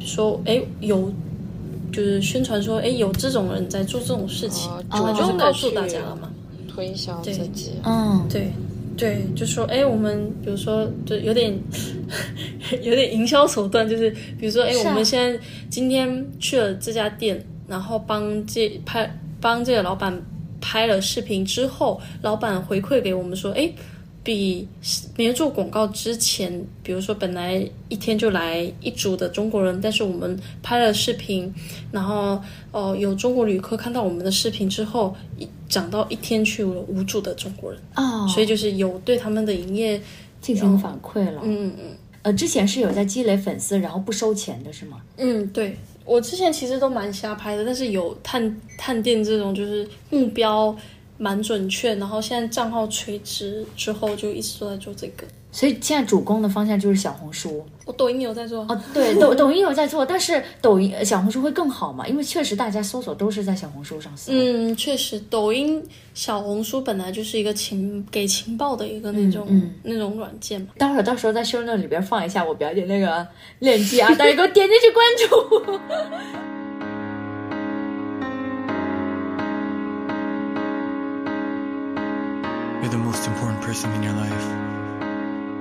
Speaker 3: 说，哎，有就是宣传说，哎，有这种人在做这种事情，
Speaker 2: 哦
Speaker 3: 那就
Speaker 1: 主
Speaker 3: 是
Speaker 1: 动
Speaker 2: 地
Speaker 3: 告诉
Speaker 2: 去
Speaker 3: 大家了嘛。
Speaker 2: 推销
Speaker 3: 对
Speaker 2: 自己，
Speaker 1: 嗯，
Speaker 3: 对对，就说哎，我们比如说就有点 *laughs* 有点营销手段，就是比如说哎，
Speaker 1: 是啊
Speaker 3: 我们现在今天去了这家店，然后帮这拍帮这个老板拍了视频之后，老板回馈给我们说，哎。比没有做广告之前，比如说本来一天就来一组的中国人，但是我们拍了视频，然后哦、呃有中国旅客看到我们的视频之后，一涨到一天去了五组的中国人。
Speaker 1: 哦，
Speaker 3: 嗯所以就是有对他们的营业，
Speaker 1: 进行反馈了。
Speaker 3: 嗯嗯
Speaker 1: 呃，之前是有在积累粉丝，然后不收钱的是吗？
Speaker 3: 嗯，对我之前其实都蛮瞎拍的，但是有探探店这种就是目标蛮准确，然后现在账号垂直之后就一直都在做这个。
Speaker 1: 所以现在主攻的方向就是小红书
Speaker 3: 我抖音有在做，啊
Speaker 1: 哦，对，抖抖音有在做，但是抖音呃小红书会更好嘛？因为确实大家搜索都是在小红书上搜。
Speaker 3: 嗯，确实，抖音、小红书本来就是一个情给情报的一个那种、
Speaker 1: 嗯
Speaker 3: 那种软件嘛。
Speaker 1: 待会儿到时候在 show note 里边放一下我表姐那个链接啊，大家给我点进去关注。
Speaker 4: You're the most important person in your life.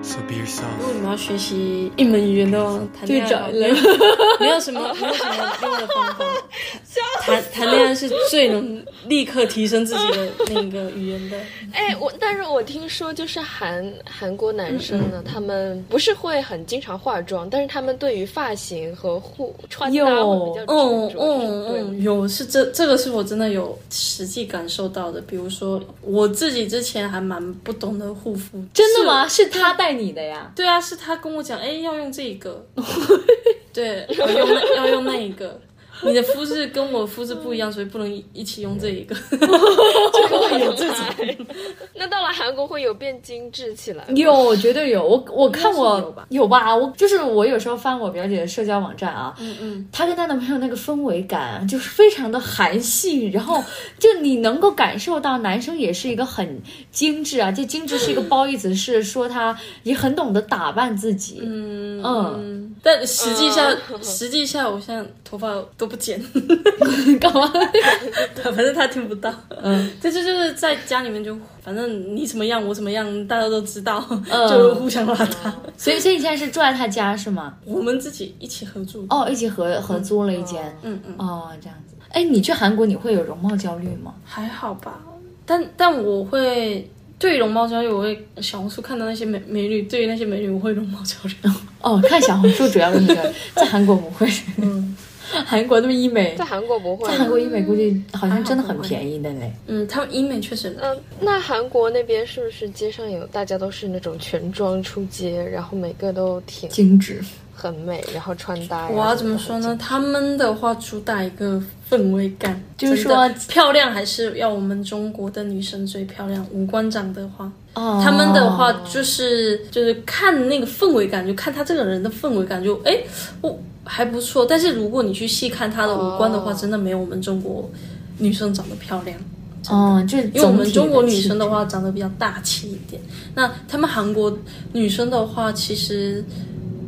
Speaker 4: So be yourself.
Speaker 3: 如果你们要学习一门语言的话，哦谈恋爱吧
Speaker 1: 就找人
Speaker 3: *laughs* 没有什么没有什么用的方法。谈谈恋爱是最能立刻提升自己的那个语
Speaker 2: *laughs*
Speaker 3: 言的。
Speaker 2: 哎，我但是我听说就是韩韩国男生呢，
Speaker 3: 嗯
Speaker 2: 他们不是会很经常化妆，但是他们对于发型和护穿搭会比较执着，
Speaker 3: 嗯
Speaker 2: 是
Speaker 3: 嗯
Speaker 2: 对吗
Speaker 3: 嗯，有是这这个是我真的有实际感受到的。比如说我自己之前还蛮不懂得护肤，
Speaker 1: *laughs* 真的吗？是他带你的呀？
Speaker 3: 对
Speaker 2: *laughs*
Speaker 3: 啊，是他跟我讲，哎，要用这个，对，要用那要用那一个。你的肤质跟我肤质不一样，所以不能一一起用这一个。
Speaker 2: 这个我有自己。那到了韩国会有变精致起来吗？
Speaker 1: 有，绝对有。我我看
Speaker 3: 应该是有
Speaker 1: 过
Speaker 3: 吧
Speaker 1: 有吧，我就是我有时候翻我表姐的社交网站啊，
Speaker 3: 嗯嗯，
Speaker 1: 她跟她男朋友那个氛围感就是非常的韩系，然
Speaker 3: *laughs*
Speaker 1: 后就你能够感受到男生也是一个很精致啊，这精致是一个褒义词，是说他也很懂得打扮自己。
Speaker 3: 嗯
Speaker 1: 嗯， *laughs*
Speaker 3: 但实际下，实际下，我现在头发都不剪， *laughs*
Speaker 1: 干嘛？ *laughs*
Speaker 3: 反正他听不到。
Speaker 1: 嗯，
Speaker 3: 这就就是在家里面就，反正你怎么样，我怎么样，大家都知道，
Speaker 1: 嗯
Speaker 3: 就互相拉遢。
Speaker 1: 所以所以你现在是住在她家是吗？
Speaker 3: 我们自己一起合住。
Speaker 1: 哦，一起合合租了一间。
Speaker 3: 嗯嗯，
Speaker 1: 哦，这样子。哎，你去韩国你会有容貌焦虑吗？
Speaker 3: 还好吧，但但我会。对于容貌焦虑，我会小红书看到那些美美女，对于那些美女，我会容貌焦虑。
Speaker 1: 哦，看小红书主要是这个，在韩国不会。韩国那么医美
Speaker 2: 在，韩国不会
Speaker 1: 在韩
Speaker 2: 吗。
Speaker 1: 国医美估计好像真的很
Speaker 3: 还好
Speaker 1: 便宜的嘞。
Speaker 3: 嗯，他们医美确实，
Speaker 2: 嗯，那韩国那边是不是街上有大家都是那种全妆出街，然后每个都挺
Speaker 1: 精致，
Speaker 2: 很美，然后穿搭呀？
Speaker 3: 我要怎么说呢？？他们的话主打一个氛围感，
Speaker 1: 就是
Speaker 3: 真的
Speaker 1: 说
Speaker 3: 漂亮还是要我们中国的女生最漂亮。五官长的话，
Speaker 1: 哦
Speaker 3: 他们的话就是就是看那个氛围感，就看他这个人的氛围感，就哎，我还不错。但是如果你去细看他的五官的话，
Speaker 2: 哦
Speaker 3: 真的没有我们中国女生长得漂亮。
Speaker 1: 哦，就是
Speaker 3: 因为我们
Speaker 1: 总体
Speaker 3: 中国女
Speaker 1: 气质
Speaker 3: 生的，话长得比较大气一点，那她们韩国女生的话，其实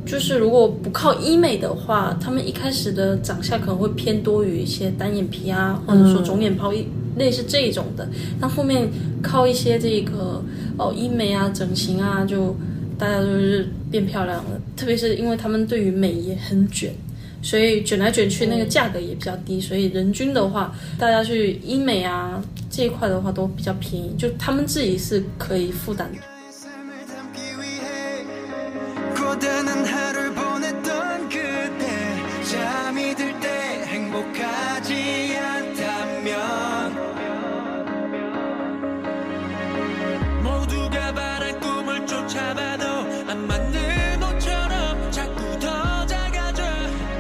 Speaker 3: 就是如果不靠医美的话，她们一开始的长相可能会偏多于一些单眼皮啊，或者说肿眼泡一类似这一种的。但后面靠一些这个哦医美啊、整形啊，就大家都是变漂亮了。特别是因为她们对于美也很卷，所以卷来卷去那个价格也比较低，所以人均的话，大家去医美啊这一块的话都比较便宜，就他们自己是可以负担的。
Speaker 4: 삶을 담기 위해 고단한 하루를 보냈던 그때 잠이 들 때 행복하지 않다면 모두가 바란 꿈을 쫓아봐도 안 맞는 옷처럼 자꾸 더 작아져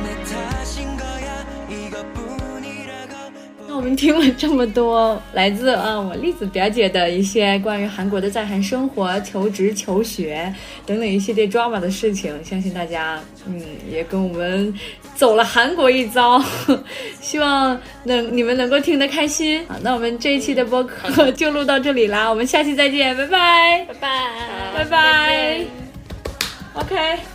Speaker 4: 내 탓인 거야 이것뿐이라고
Speaker 1: 那我们听了这么多来自啊我栗子表姐的一些关于韩国的在韩生活、求职、求学等等一系列 drama 的事情，相信大家嗯也跟我们走了韩国一遭， *laughs* 希望能你们能够听得开心。好，那我们这一期的播客就录到这里啦，我们下期再见，拜拜，拜拜，拜拜，OK。
Speaker 4: 그그